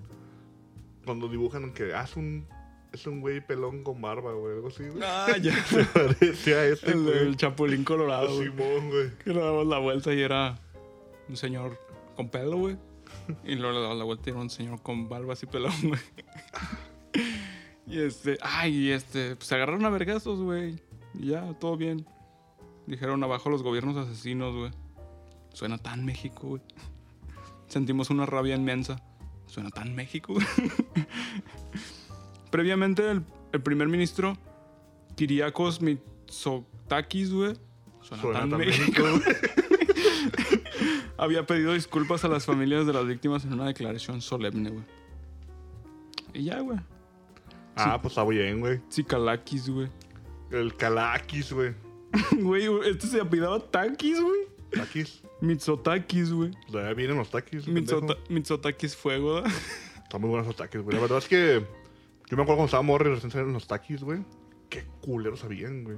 [SPEAKER 1] Cuando dibujan que haz un. Es un güey pelón con barba, güey. Algo así, güey.
[SPEAKER 2] Ah, ya.
[SPEAKER 1] Se parece a este,
[SPEAKER 2] El,
[SPEAKER 1] güey.
[SPEAKER 2] el chapulín
[SPEAKER 1] A
[SPEAKER 2] colorado, güey.
[SPEAKER 1] Simón, güey.
[SPEAKER 2] Que le damos la vuelta y era un señor con pelo, güey. Y luego le damos la vuelta y era un señor con barba así pelón, güey. Y este, ay, y este, pues se agarraron a vergazos, güey. Y ya, todo bien. Dijeron abajo los gobiernos asesinos, güey. Suena tan México, güey. Sentimos una rabia inmensa. Suena tan México, güey. Previamente, el, el primer ministro Kiriakos Mitsotakis, güey. Suena,
[SPEAKER 1] Suena
[SPEAKER 2] tan,
[SPEAKER 1] tan
[SPEAKER 2] México, güey. Había pedido disculpas a las familias de las víctimas en una declaración solemne, güey. Y ya, güey.
[SPEAKER 1] Ah, pues está bien, güey.
[SPEAKER 2] Tzicalakis, güey.
[SPEAKER 1] El Calakis, güey.
[SPEAKER 2] Güey, este se apidaba Takis, güey.
[SPEAKER 1] Takis.
[SPEAKER 2] Mitsotakis, güey.
[SPEAKER 1] Todavía vienen los takis. pendejo.
[SPEAKER 2] Mitsota- Mitsotakis fuego, ¿verdad?
[SPEAKER 1] Están muy buenos los takis, güey. La verdad es que yo me acuerdo cuando estaba morro y recién salieron los takis, güey. Qué culeros sabían, güey.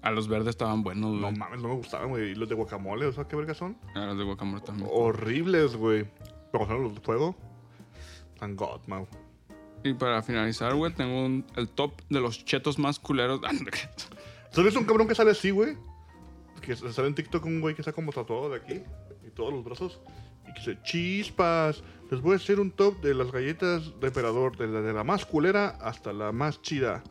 [SPEAKER 2] A los verdes estaban buenos,
[SPEAKER 1] No
[SPEAKER 2] güey.
[SPEAKER 1] mames, no me gustaban, güey. Y los de guacamole, o sea, qué verga son.
[SPEAKER 2] a los de guacamole también.
[SPEAKER 1] Horribles, güey. Pero son los de fuego. Thank God, man.
[SPEAKER 2] Y para finalizar, güey, tengo un- el top de los chetos más culeros.
[SPEAKER 1] ¿Sabes un cabrón que sale así, güey? Que s- sale en TikTok un güey que está como tatuado de aquí y todos los brazos. Y que dice, chispas, les voy a hacer un top de las galletas de emperador, de la, de la más culera hasta la más chida.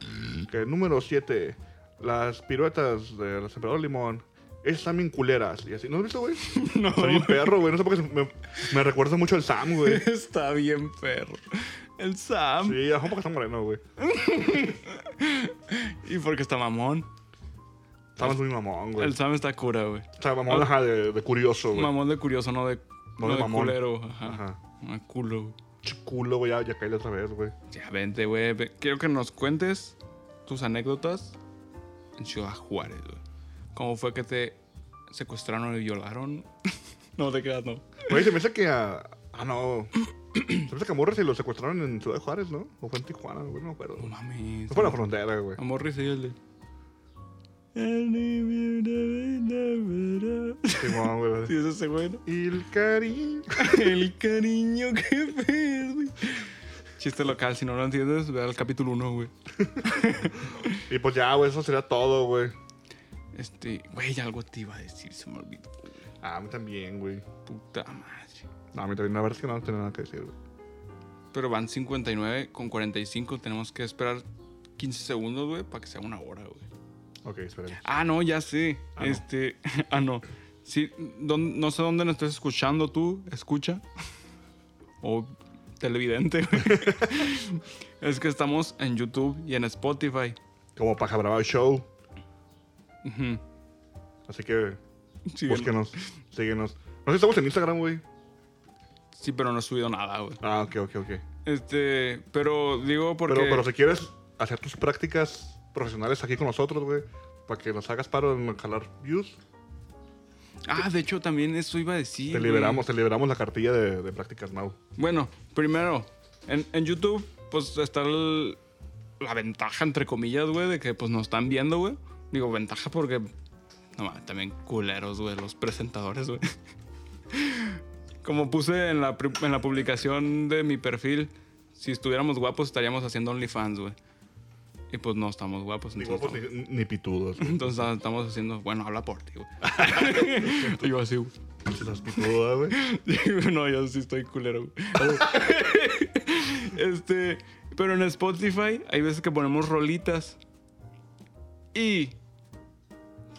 [SPEAKER 1] Que número 7, las piruetas de las emperador limón. Esas están bien culeras. Y así, ¿no has visto, güey?
[SPEAKER 2] no,
[SPEAKER 1] Soy un perro, güey. No sé por qué se- me, me recuerda mucho al Sam, güey.
[SPEAKER 2] está bien, perro. El Sam.
[SPEAKER 1] Sí, ajá, porque está moreno, güey.
[SPEAKER 2] Y porque está mamón.
[SPEAKER 1] Sam es muy mamón, güey.
[SPEAKER 2] El Sam está cura, güey.
[SPEAKER 1] O sea, mamón, ajá, de, de curioso, güey.
[SPEAKER 2] Mamón de curioso, no de,
[SPEAKER 1] No
[SPEAKER 2] no
[SPEAKER 1] de
[SPEAKER 2] de
[SPEAKER 1] mamón.
[SPEAKER 2] culero. Ajá.
[SPEAKER 1] Ajá.
[SPEAKER 2] Ah, culo, güey.
[SPEAKER 1] Chiculo, güey, ya, ya caí la otra vez, güey.
[SPEAKER 2] Ya vente, güey. Ve- Quiero que nos cuentes tus anécdotas en Ciudad Juárez, güey. ¿Cómo fue que te secuestraron y violaron? no te quedas, no.
[SPEAKER 1] Güey, se me hace que a. Ah, no. Se me hace que a Morris se lo secuestraron en Ciudad Juárez, ¿no? O fue en Tijuana, güey, no me acuerdo.
[SPEAKER 2] No
[SPEAKER 1] No
[SPEAKER 2] mames.
[SPEAKER 1] fue en la frontera, güey.
[SPEAKER 2] Amor Riz y el de.
[SPEAKER 1] Simón, güey.
[SPEAKER 2] Sí, es ese güey. ¿no?
[SPEAKER 1] Y el cariño.
[SPEAKER 2] El cariño que ves, güey. Chiste local, si no lo entiendes, ve al capítulo 1, güey.
[SPEAKER 1] Y pues ya, güey, eso sería todo, güey.
[SPEAKER 2] Este, güey, algo te iba a decir, se me olvidó.
[SPEAKER 1] Ah, a mí también, güey.
[SPEAKER 2] Puta madre.
[SPEAKER 1] No, a mí también, la verdad es que no tenía nada que decir, güey.
[SPEAKER 2] Pero van 59 con 45. Tenemos que esperar 15 segundos, güey, para que sea una hora, güey.
[SPEAKER 1] Ok, esperemos.
[SPEAKER 2] Ah, no, ya sé.
[SPEAKER 1] Ah, no.
[SPEAKER 2] este. ah, no. Sí, don- no sé dónde nos estés escuchando tú. Escucha. o televidente, güey. es que estamos en YouTube y en Spotify.
[SPEAKER 1] Como Paja Brava Show.
[SPEAKER 2] Ujú.
[SPEAKER 1] Así que,
[SPEAKER 2] Sí,
[SPEAKER 1] búsquenos, síguenos. No sé, estamos en Instagram, güey.
[SPEAKER 2] sí, pero no he subido nada, güey.
[SPEAKER 1] Ah, ok, ok, ok.
[SPEAKER 2] Este. Pero digo porque.
[SPEAKER 1] Pero, pero si quieres hacer tus prácticas profesionales aquí con nosotros, güey, para que nos hagas paro en jalar views,
[SPEAKER 2] Ah, de hecho, también eso iba a decir.
[SPEAKER 1] te
[SPEAKER 2] güey.
[SPEAKER 1] liberamos, te liberamos la cartilla de, de prácticas now.
[SPEAKER 2] Bueno, primero, en, en YouTube, pues está el- la ventaja, entre comillas, güey, de que pues nos están viendo, güey. Digo, ventaja porque. No mames, también culeros, güey, los presentadores, güey. Como puse en la, pri- en la publicación de mi perfil, si estuviéramos guapos estaríamos haciendo OnlyFans, güey. Y pues no estamos guapos.
[SPEAKER 1] Ni
[SPEAKER 2] entonces
[SPEAKER 1] guapos
[SPEAKER 2] estamos-
[SPEAKER 1] ni, ni pitudos. güey.
[SPEAKER 2] entonces estamos haciendo, bueno, habla por ti, güey. Y yo así, güey.
[SPEAKER 1] Las pitudas, güey.
[SPEAKER 2] no, yo sí estoy culero. güey. este, pero en Spotify hay veces que ponemos rolitas. Y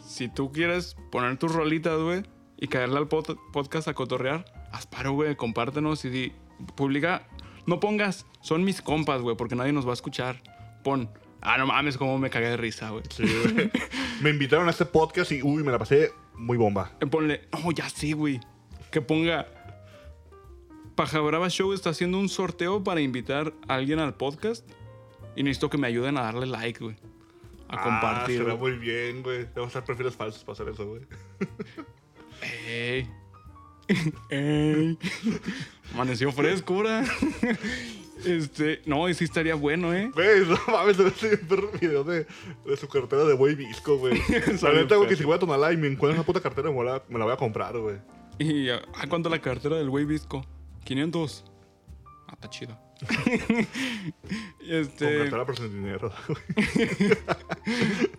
[SPEAKER 2] si tú quieres poner tus rolitas, güey, y caerle al pod- podcast a cotorrear, haz paro, güey, compártenos y di- publica. No pongas, son mis compas, güey, porque nadie nos va a escuchar. Pon, ah, no mames, cómo me cagué de risa, güey.
[SPEAKER 1] Sí, güey. Me invitaron a este podcast y, uy, me la pasé muy bomba.
[SPEAKER 2] Eh, Ponle, oh, ya sé, güey. Que ponga. Paja Brava Show está haciendo un sorteo para invitar a alguien al podcast. Y necesito que me ayuden a darle like, güey. A compartir.
[SPEAKER 1] Ah, será
[SPEAKER 2] güey.
[SPEAKER 1] muy bien, güey. Debo usar perfiles falsos para hacer eso, güey.
[SPEAKER 2] Ey. Ey. Amaneció fresco, ahora. Este, no, y sí estaría bueno, ¿eh?
[SPEAKER 1] Güey, no mames, debe ser un perro video de, de su cartera de güey visco, güey. La
[SPEAKER 2] Sale
[SPEAKER 1] neta, güey, que
[SPEAKER 2] perro.
[SPEAKER 1] si voy a Tonalá y me encuentro una puta cartera, me la, me la voy a comprar, güey.
[SPEAKER 2] ¿Y ah, a a cuánto la cartera del güey Visco? 500. Ah, está chido.
[SPEAKER 1] Con
[SPEAKER 2] este,
[SPEAKER 1] cartera, pero sin dinero, güey.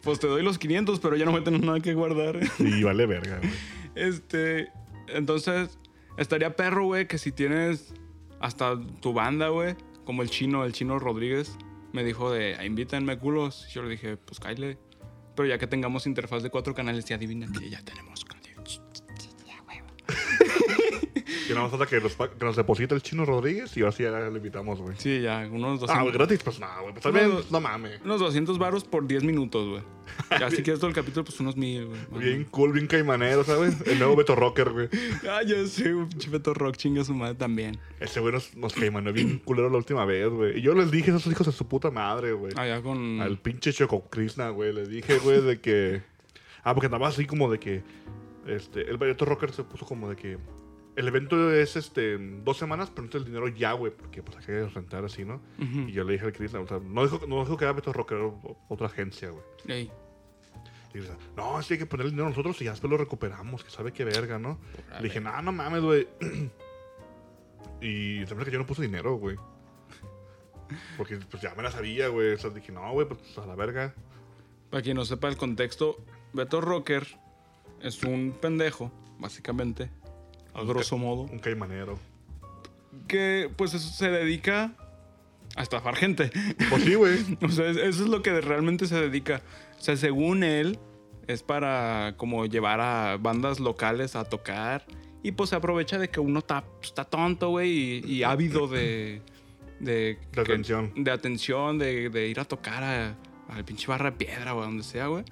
[SPEAKER 2] pues te doy los 500, pero ya no voy a tener nada que guardar.
[SPEAKER 1] Y vale verga, güey.
[SPEAKER 2] Este, entonces, estaría perro, güey, que si tienes hasta tu banda, güey, como el chino, el chino Rodríguez, me dijo de, "Ah, invítenme culos. Yo le dije, pues cáile. Pero ya que tengamos interfaz de cuatro canales, y adivina que ya tenemos. canales.
[SPEAKER 1] Que nada más falta que, los pa- que nos deposite el chino Rodríguez y ahora sí ya le invitamos, güey.
[SPEAKER 2] Sí, ya, unos 200.
[SPEAKER 1] Ah, güey, gratis, pues nada, güey. Pues también,
[SPEAKER 2] No,
[SPEAKER 1] no mames.
[SPEAKER 2] Unos 200 varos por 10 minutos, güey. Ya si quieres todo el capítulo, pues unos mil, güey. Mamá.
[SPEAKER 1] Bien cool, bien caimanero, ¿sabes? El nuevo Beto Rocker, güey.
[SPEAKER 2] Ah, ya sé, un chipeto rock chinga su madre también.
[SPEAKER 1] Ese güey nos, nos caimanó bien culero la última vez, güey. Y yo les dije a esos hijos de su puta madre, güey.
[SPEAKER 2] Allá con.
[SPEAKER 1] Al pinche Choco Krishna, güey. Le dije, güey, de que. Ah, porque andaba así como de que. Este, el Beto Rocker se puso como de que. El evento es este, en dos semanas, pero no el dinero ya, güey, porque pues hay que rentar así, ¿no?
[SPEAKER 2] Ujú.
[SPEAKER 1] Y yo le dije al Krishna, o sea, no dijo, no dijo que era Beto Rocker, era o- otra agencia, güey.
[SPEAKER 2] Ey,
[SPEAKER 1] Y dice, no, sí hay que poner el dinero nosotros y ya después lo recuperamos, que sabe qué verga, ¿no?
[SPEAKER 2] Órale.
[SPEAKER 1] Le dije, no, no mames, güey. y siempre que yo no puse dinero, güey. Porque pues ya me la sabía, güey. O sea, dije, no, güey, pues a la verga.
[SPEAKER 2] Para quien no sepa el contexto, Beto Rocker es un pendejo, básicamente. A grosso modo.
[SPEAKER 1] Un caimanero.
[SPEAKER 2] Que pues eso se dedica a estafar gente.
[SPEAKER 1] Pues sí, güey.
[SPEAKER 2] O sea, es- eso es lo que realmente se dedica. O sea, según él, es para como llevar a bandas locales a tocar. Y pues se aprovecha de que uno está, pues, está tonto, güey, y, y ávido de... De,
[SPEAKER 1] De atención.
[SPEAKER 2] De atención, de, de ir a tocar a, a la pinche barra de piedra o a donde sea, güey.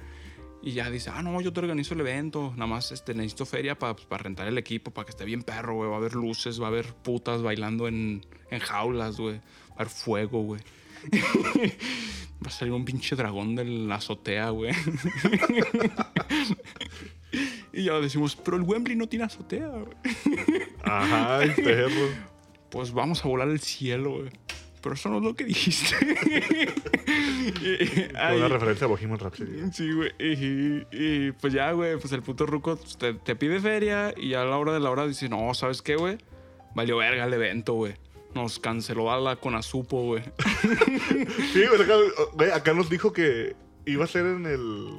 [SPEAKER 2] Y ya dice, ah, no, yo te organizo el evento. Nada más este, necesito feria para rentar el equipo, para que esté bien perro, güey. Va a haber luces, va a haber putas bailando en, en jaulas, güey. Va a haber fuego, güey. Va a salir un pinche dragón de la azotea, güey. y ya decimos, pero el Wembley no tiene azotea, güey.
[SPEAKER 1] Ajá, el perro.
[SPEAKER 2] Pues vamos a volar el cielo, güey. Pero eso no es lo que dijiste. Y-
[SPEAKER 1] Con Una
[SPEAKER 2] ay,
[SPEAKER 1] referencia a Bohemian Rhapsody.
[SPEAKER 2] Sí, güey. Y, y, pues ya, güey, pues el puto ruco pues, te, te pide feria y ya a la hora de la hora dice, no, ¿sabes qué, güey? Valió verga el evento, güey. Nos canceló a la Conasupo, güey.
[SPEAKER 1] Sí, güey, acá, güey, acá nos dijo que iba a ser en el.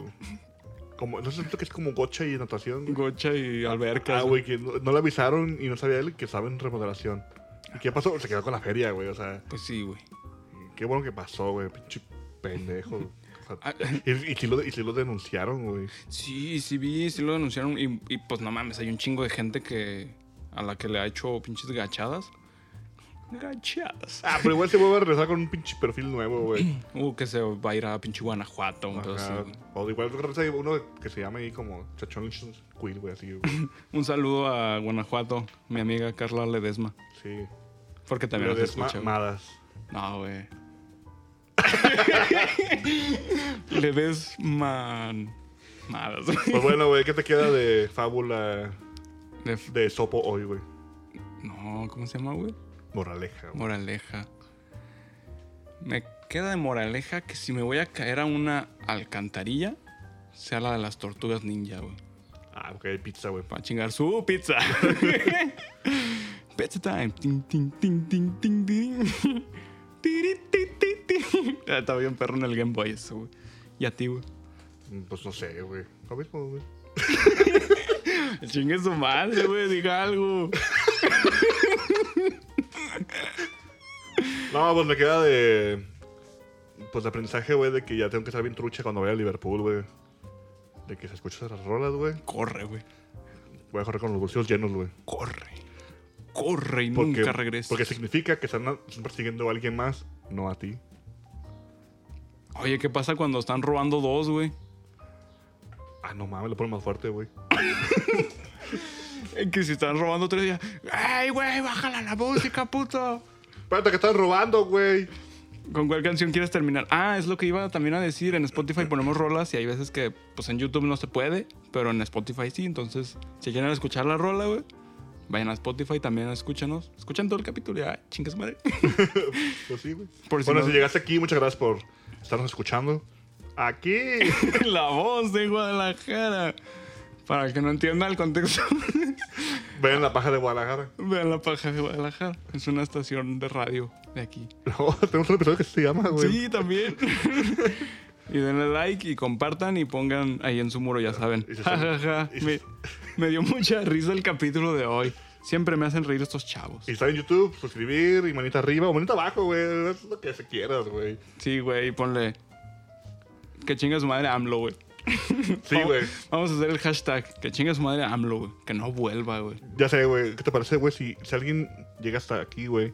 [SPEAKER 1] Como, no sé, siento que es como gocha y natación. güey.
[SPEAKER 2] Gocha y alberca.
[SPEAKER 1] Ah, güey, que no, no le avisaron y no sabía él que estaba en remodelación. ¿Y qué pasó? Se quedó con la feria, güey. O sea,
[SPEAKER 2] Pues sí, güey.
[SPEAKER 1] qué bueno que pasó, güey. Pinche pendejo. O sea,
[SPEAKER 2] Ah,
[SPEAKER 1] y, y, sí lo, y sí lo denunciaron, güey.
[SPEAKER 2] Sí, sí vi, sí lo denunciaron. Y, y, pues no mames, hay un chingo de gente que a la que le ha hecho pinches gachadas. Gachadas.
[SPEAKER 1] Ah, pero igual se vuelve a regresar con un pinche perfil nuevo, güey.
[SPEAKER 2] Uh, que se va a ir a pinche Guanajuato. un pedo así,
[SPEAKER 1] Ajá.
[SPEAKER 2] güey.
[SPEAKER 1] O igual regresa uno que se llama ahí como Chachón Quill, güey, así, güey.
[SPEAKER 2] un saludo a Guanajuato, mi amiga Carla Ledesma.
[SPEAKER 1] Sí.
[SPEAKER 2] Porque también nos
[SPEAKER 1] Pero
[SPEAKER 2] escucha. güey.
[SPEAKER 1] desmamadas.
[SPEAKER 2] No, güey. Ledesman. Malas.
[SPEAKER 1] Pues bueno, güey, ¿qué te queda de fábula
[SPEAKER 2] De-
[SPEAKER 1] de Sopo hoy, güey?
[SPEAKER 2] No, ¿cómo se llama, güey?
[SPEAKER 1] Moraleja, güey.
[SPEAKER 2] Moraleja. Me queda de moraleja que si me voy a caer a una alcantarilla, sea la de las tortugas ninja, güey.
[SPEAKER 1] Ah, porque hay pizza, güey.
[SPEAKER 2] Para chingar su pizza. pizza time. Tin, tin, tin, tin, tin, tin. Tiri, ti, ti, ti. Ah, Estaba bien perro en el Game Boy eso, güey. Y a ti, güey.
[SPEAKER 1] Mm, Pues no sé, güey. Lo mismo, güey.
[SPEAKER 2] Chingue su madre, güey. Diga algo.
[SPEAKER 1] No, pues me queda de. Pues de aprendizaje, güey, de que ya tengo que estar bien trucha cuando vaya a Liverpool, güey. De que se escuchan esas rolas, güey.
[SPEAKER 2] Corre, güey.
[SPEAKER 1] Voy a correr con los bolsillos llenos, güey.
[SPEAKER 2] Corre. Corre y
[SPEAKER 1] Porque-
[SPEAKER 2] nunca regresa.
[SPEAKER 1] Porque significa que están, están persiguiendo a alguien más, no a ti.
[SPEAKER 2] Oye, ¿qué pasa cuando están robando dos, güey?
[SPEAKER 1] Ah, no mames, lo ponen más fuerte, güey.
[SPEAKER 2] Eh, Que si están robando tres días. ¡Ey, güey! ¡Bájala la música, puto!
[SPEAKER 1] Espérate que están robando, güey.
[SPEAKER 2] ¿Con cuál canción quieres terminar? Ah, es lo que iba también a decir. En Spotify ponemos rolas y hay veces que, pues en YouTube no se puede, pero en Spotify sí. Entonces, si quieren escuchar la rola, güey, vayan a Spotify también, escúchanos. Escuchan todo el capítulo, ya, chingas madre.
[SPEAKER 1] Pues sí, güey.
[SPEAKER 2] Por si
[SPEAKER 1] bueno,
[SPEAKER 2] no-
[SPEAKER 1] si llegaste aquí, muchas gracias por estarnos escuchando. Aquí.
[SPEAKER 2] la voz de Guadalajara. Para el que no entienda el contexto,
[SPEAKER 1] Ven la paja de Guadalajara.
[SPEAKER 2] vean la paja de Guadalajara. Es una estación de radio de aquí.
[SPEAKER 1] No, tenemos un episodio que se llama, güey.
[SPEAKER 2] Sí, también. y denle like y compartan y pongan ahí en su muro, ya saben.
[SPEAKER 1] Y se
[SPEAKER 2] Ja,
[SPEAKER 1] sale-
[SPEAKER 2] ja, ja.
[SPEAKER 1] y se-
[SPEAKER 2] Me, me dio mucha risa el capítulo de hoy. Siempre me hacen reír estos chavos.
[SPEAKER 1] Si está en YouTube, suscribir y manita arriba o manita abajo, güey. Es lo que se quieras, güey.
[SPEAKER 2] Sí, güey, ponle. Que chinga su madre AMLO, güey.
[SPEAKER 1] Sí, güey.
[SPEAKER 2] Vamos a hacer el hashtag. Que chingue su madre AMLO, güey. Que no vuelva, güey.
[SPEAKER 1] Ya sé, güey. ¿Qué te parece, güey? Si, si alguien llega hasta aquí, güey,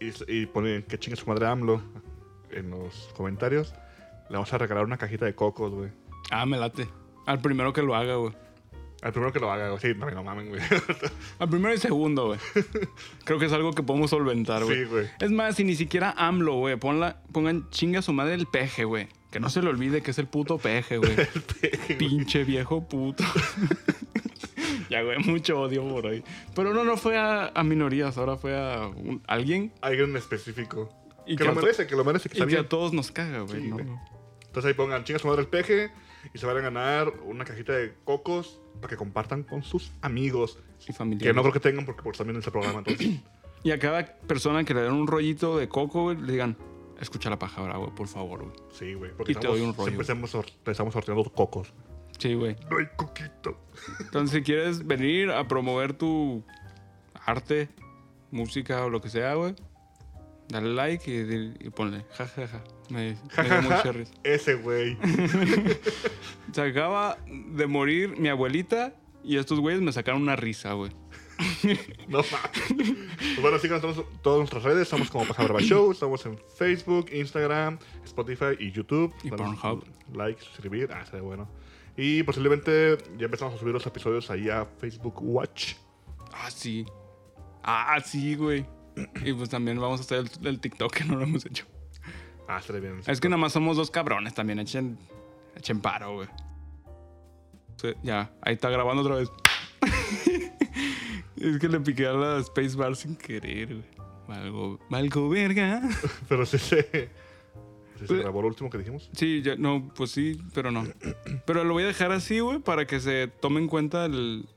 [SPEAKER 1] y, y pone que chingue su madre AMLO en los comentarios, le vamos a regalar una cajita de cocos, güey.
[SPEAKER 2] Ah, me late. Al primero que lo haga, güey.
[SPEAKER 1] Al primero que lo haga, güey. Sí, no, no mamen, güey.
[SPEAKER 2] Al primero y segundo, güey. Creo que es algo que podemos solventar, güey.
[SPEAKER 1] Sí, güey.
[SPEAKER 2] Es más, si ni siquiera AMLO, güey. Ponla, pongan chinga a su madre el peje, güey. Que no se le olvide que es el puto peje, güey. Pinche viejo puto. ya, güey, mucho odio por ahí. Pero no, no fue a, a minorías, ahora fue a un- alguien
[SPEAKER 1] Alguien en específico.
[SPEAKER 2] Y
[SPEAKER 1] que
[SPEAKER 2] que
[SPEAKER 1] lo
[SPEAKER 2] a to-
[SPEAKER 1] merece, que lo merece, que
[SPEAKER 2] y
[SPEAKER 1] está
[SPEAKER 2] que
[SPEAKER 1] bien.
[SPEAKER 2] a todos nos caga, güey.
[SPEAKER 1] Sí,
[SPEAKER 2] ¿no?
[SPEAKER 1] güey. Entonces ahí pongan chinga su madre el peje y se van a ganar una cajita de cocos para que compartan con sus amigos.
[SPEAKER 2] Y familia.
[SPEAKER 1] Que no creo que tengan porque por también en ese programa, entonces.
[SPEAKER 2] Y a cada persona que le den un rollito de coco, güey, le digan, escucha la paja brava, por favor, güey.
[SPEAKER 1] Sí, güey. Porque
[SPEAKER 2] Y te doy un rollo.
[SPEAKER 1] siempre estamos, sor- estamos sorteando cocos.
[SPEAKER 2] Sí, güey.
[SPEAKER 1] No hay coquito.
[SPEAKER 2] Entonces, si quieres venir a promover tu arte, música o lo que sea, güey, dale like y, di- y ponle ja, ja, ja. Me,
[SPEAKER 1] Ja,
[SPEAKER 2] me
[SPEAKER 1] ja,
[SPEAKER 2] dio mucha
[SPEAKER 1] ja.
[SPEAKER 2] risa.
[SPEAKER 1] Ese güey.
[SPEAKER 2] Se acaba de morir mi abuelita y estos güeyes me sacaron una risa, güey.
[SPEAKER 1] No mames. Pues bueno, síganos en todas- todas nuestras redes. Estamos como Paja Brava Show. Estamos en Facebook, Instagram, Spotify y YouTube.
[SPEAKER 2] Y
[SPEAKER 1] Danos
[SPEAKER 2] Pornhub.
[SPEAKER 1] Like, suscribir. Ah, sería bueno. Y posiblemente ya empezamos a subir los episodios ahí a Facebook Watch.
[SPEAKER 2] Ah, sí. Ah, sí, güey. Y pues también vamos a hacer el, el TikTok que no lo hemos hecho.
[SPEAKER 1] Ah, sería bien.
[SPEAKER 2] Es que nada más somos dos cabrones también. Echen, echen paro, güey. Sí, ya, ahí está grabando otra vez. es que le piqué a la spacebar sin querer, güey. Valgo, valgo verga.
[SPEAKER 1] Pero sí se. sí
[SPEAKER 2] Eh.
[SPEAKER 1] se grabó lo último que dijimos.
[SPEAKER 2] Sí, ya, no, pues sí, pero no. Pero lo voy a dejar así, güey, para que se tome en cuenta el,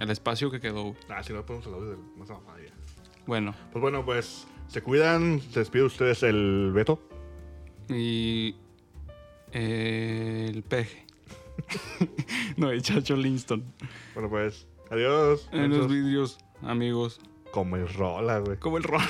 [SPEAKER 2] el espacio que quedó. güey.
[SPEAKER 1] Ah, si no, ponemos el audio del. No, no, no, ya.
[SPEAKER 2] Bueno,
[SPEAKER 1] Pues bueno, pues. Se cuidan. Se despide de ustedes el Beto.
[SPEAKER 2] y. eh, el peje. no, y Chacho Linston.
[SPEAKER 1] Bueno, pues. Adiós.
[SPEAKER 2] Eh, En los vídeos, amigos.
[SPEAKER 1] Como el rola, güey.
[SPEAKER 2] Como el Ron.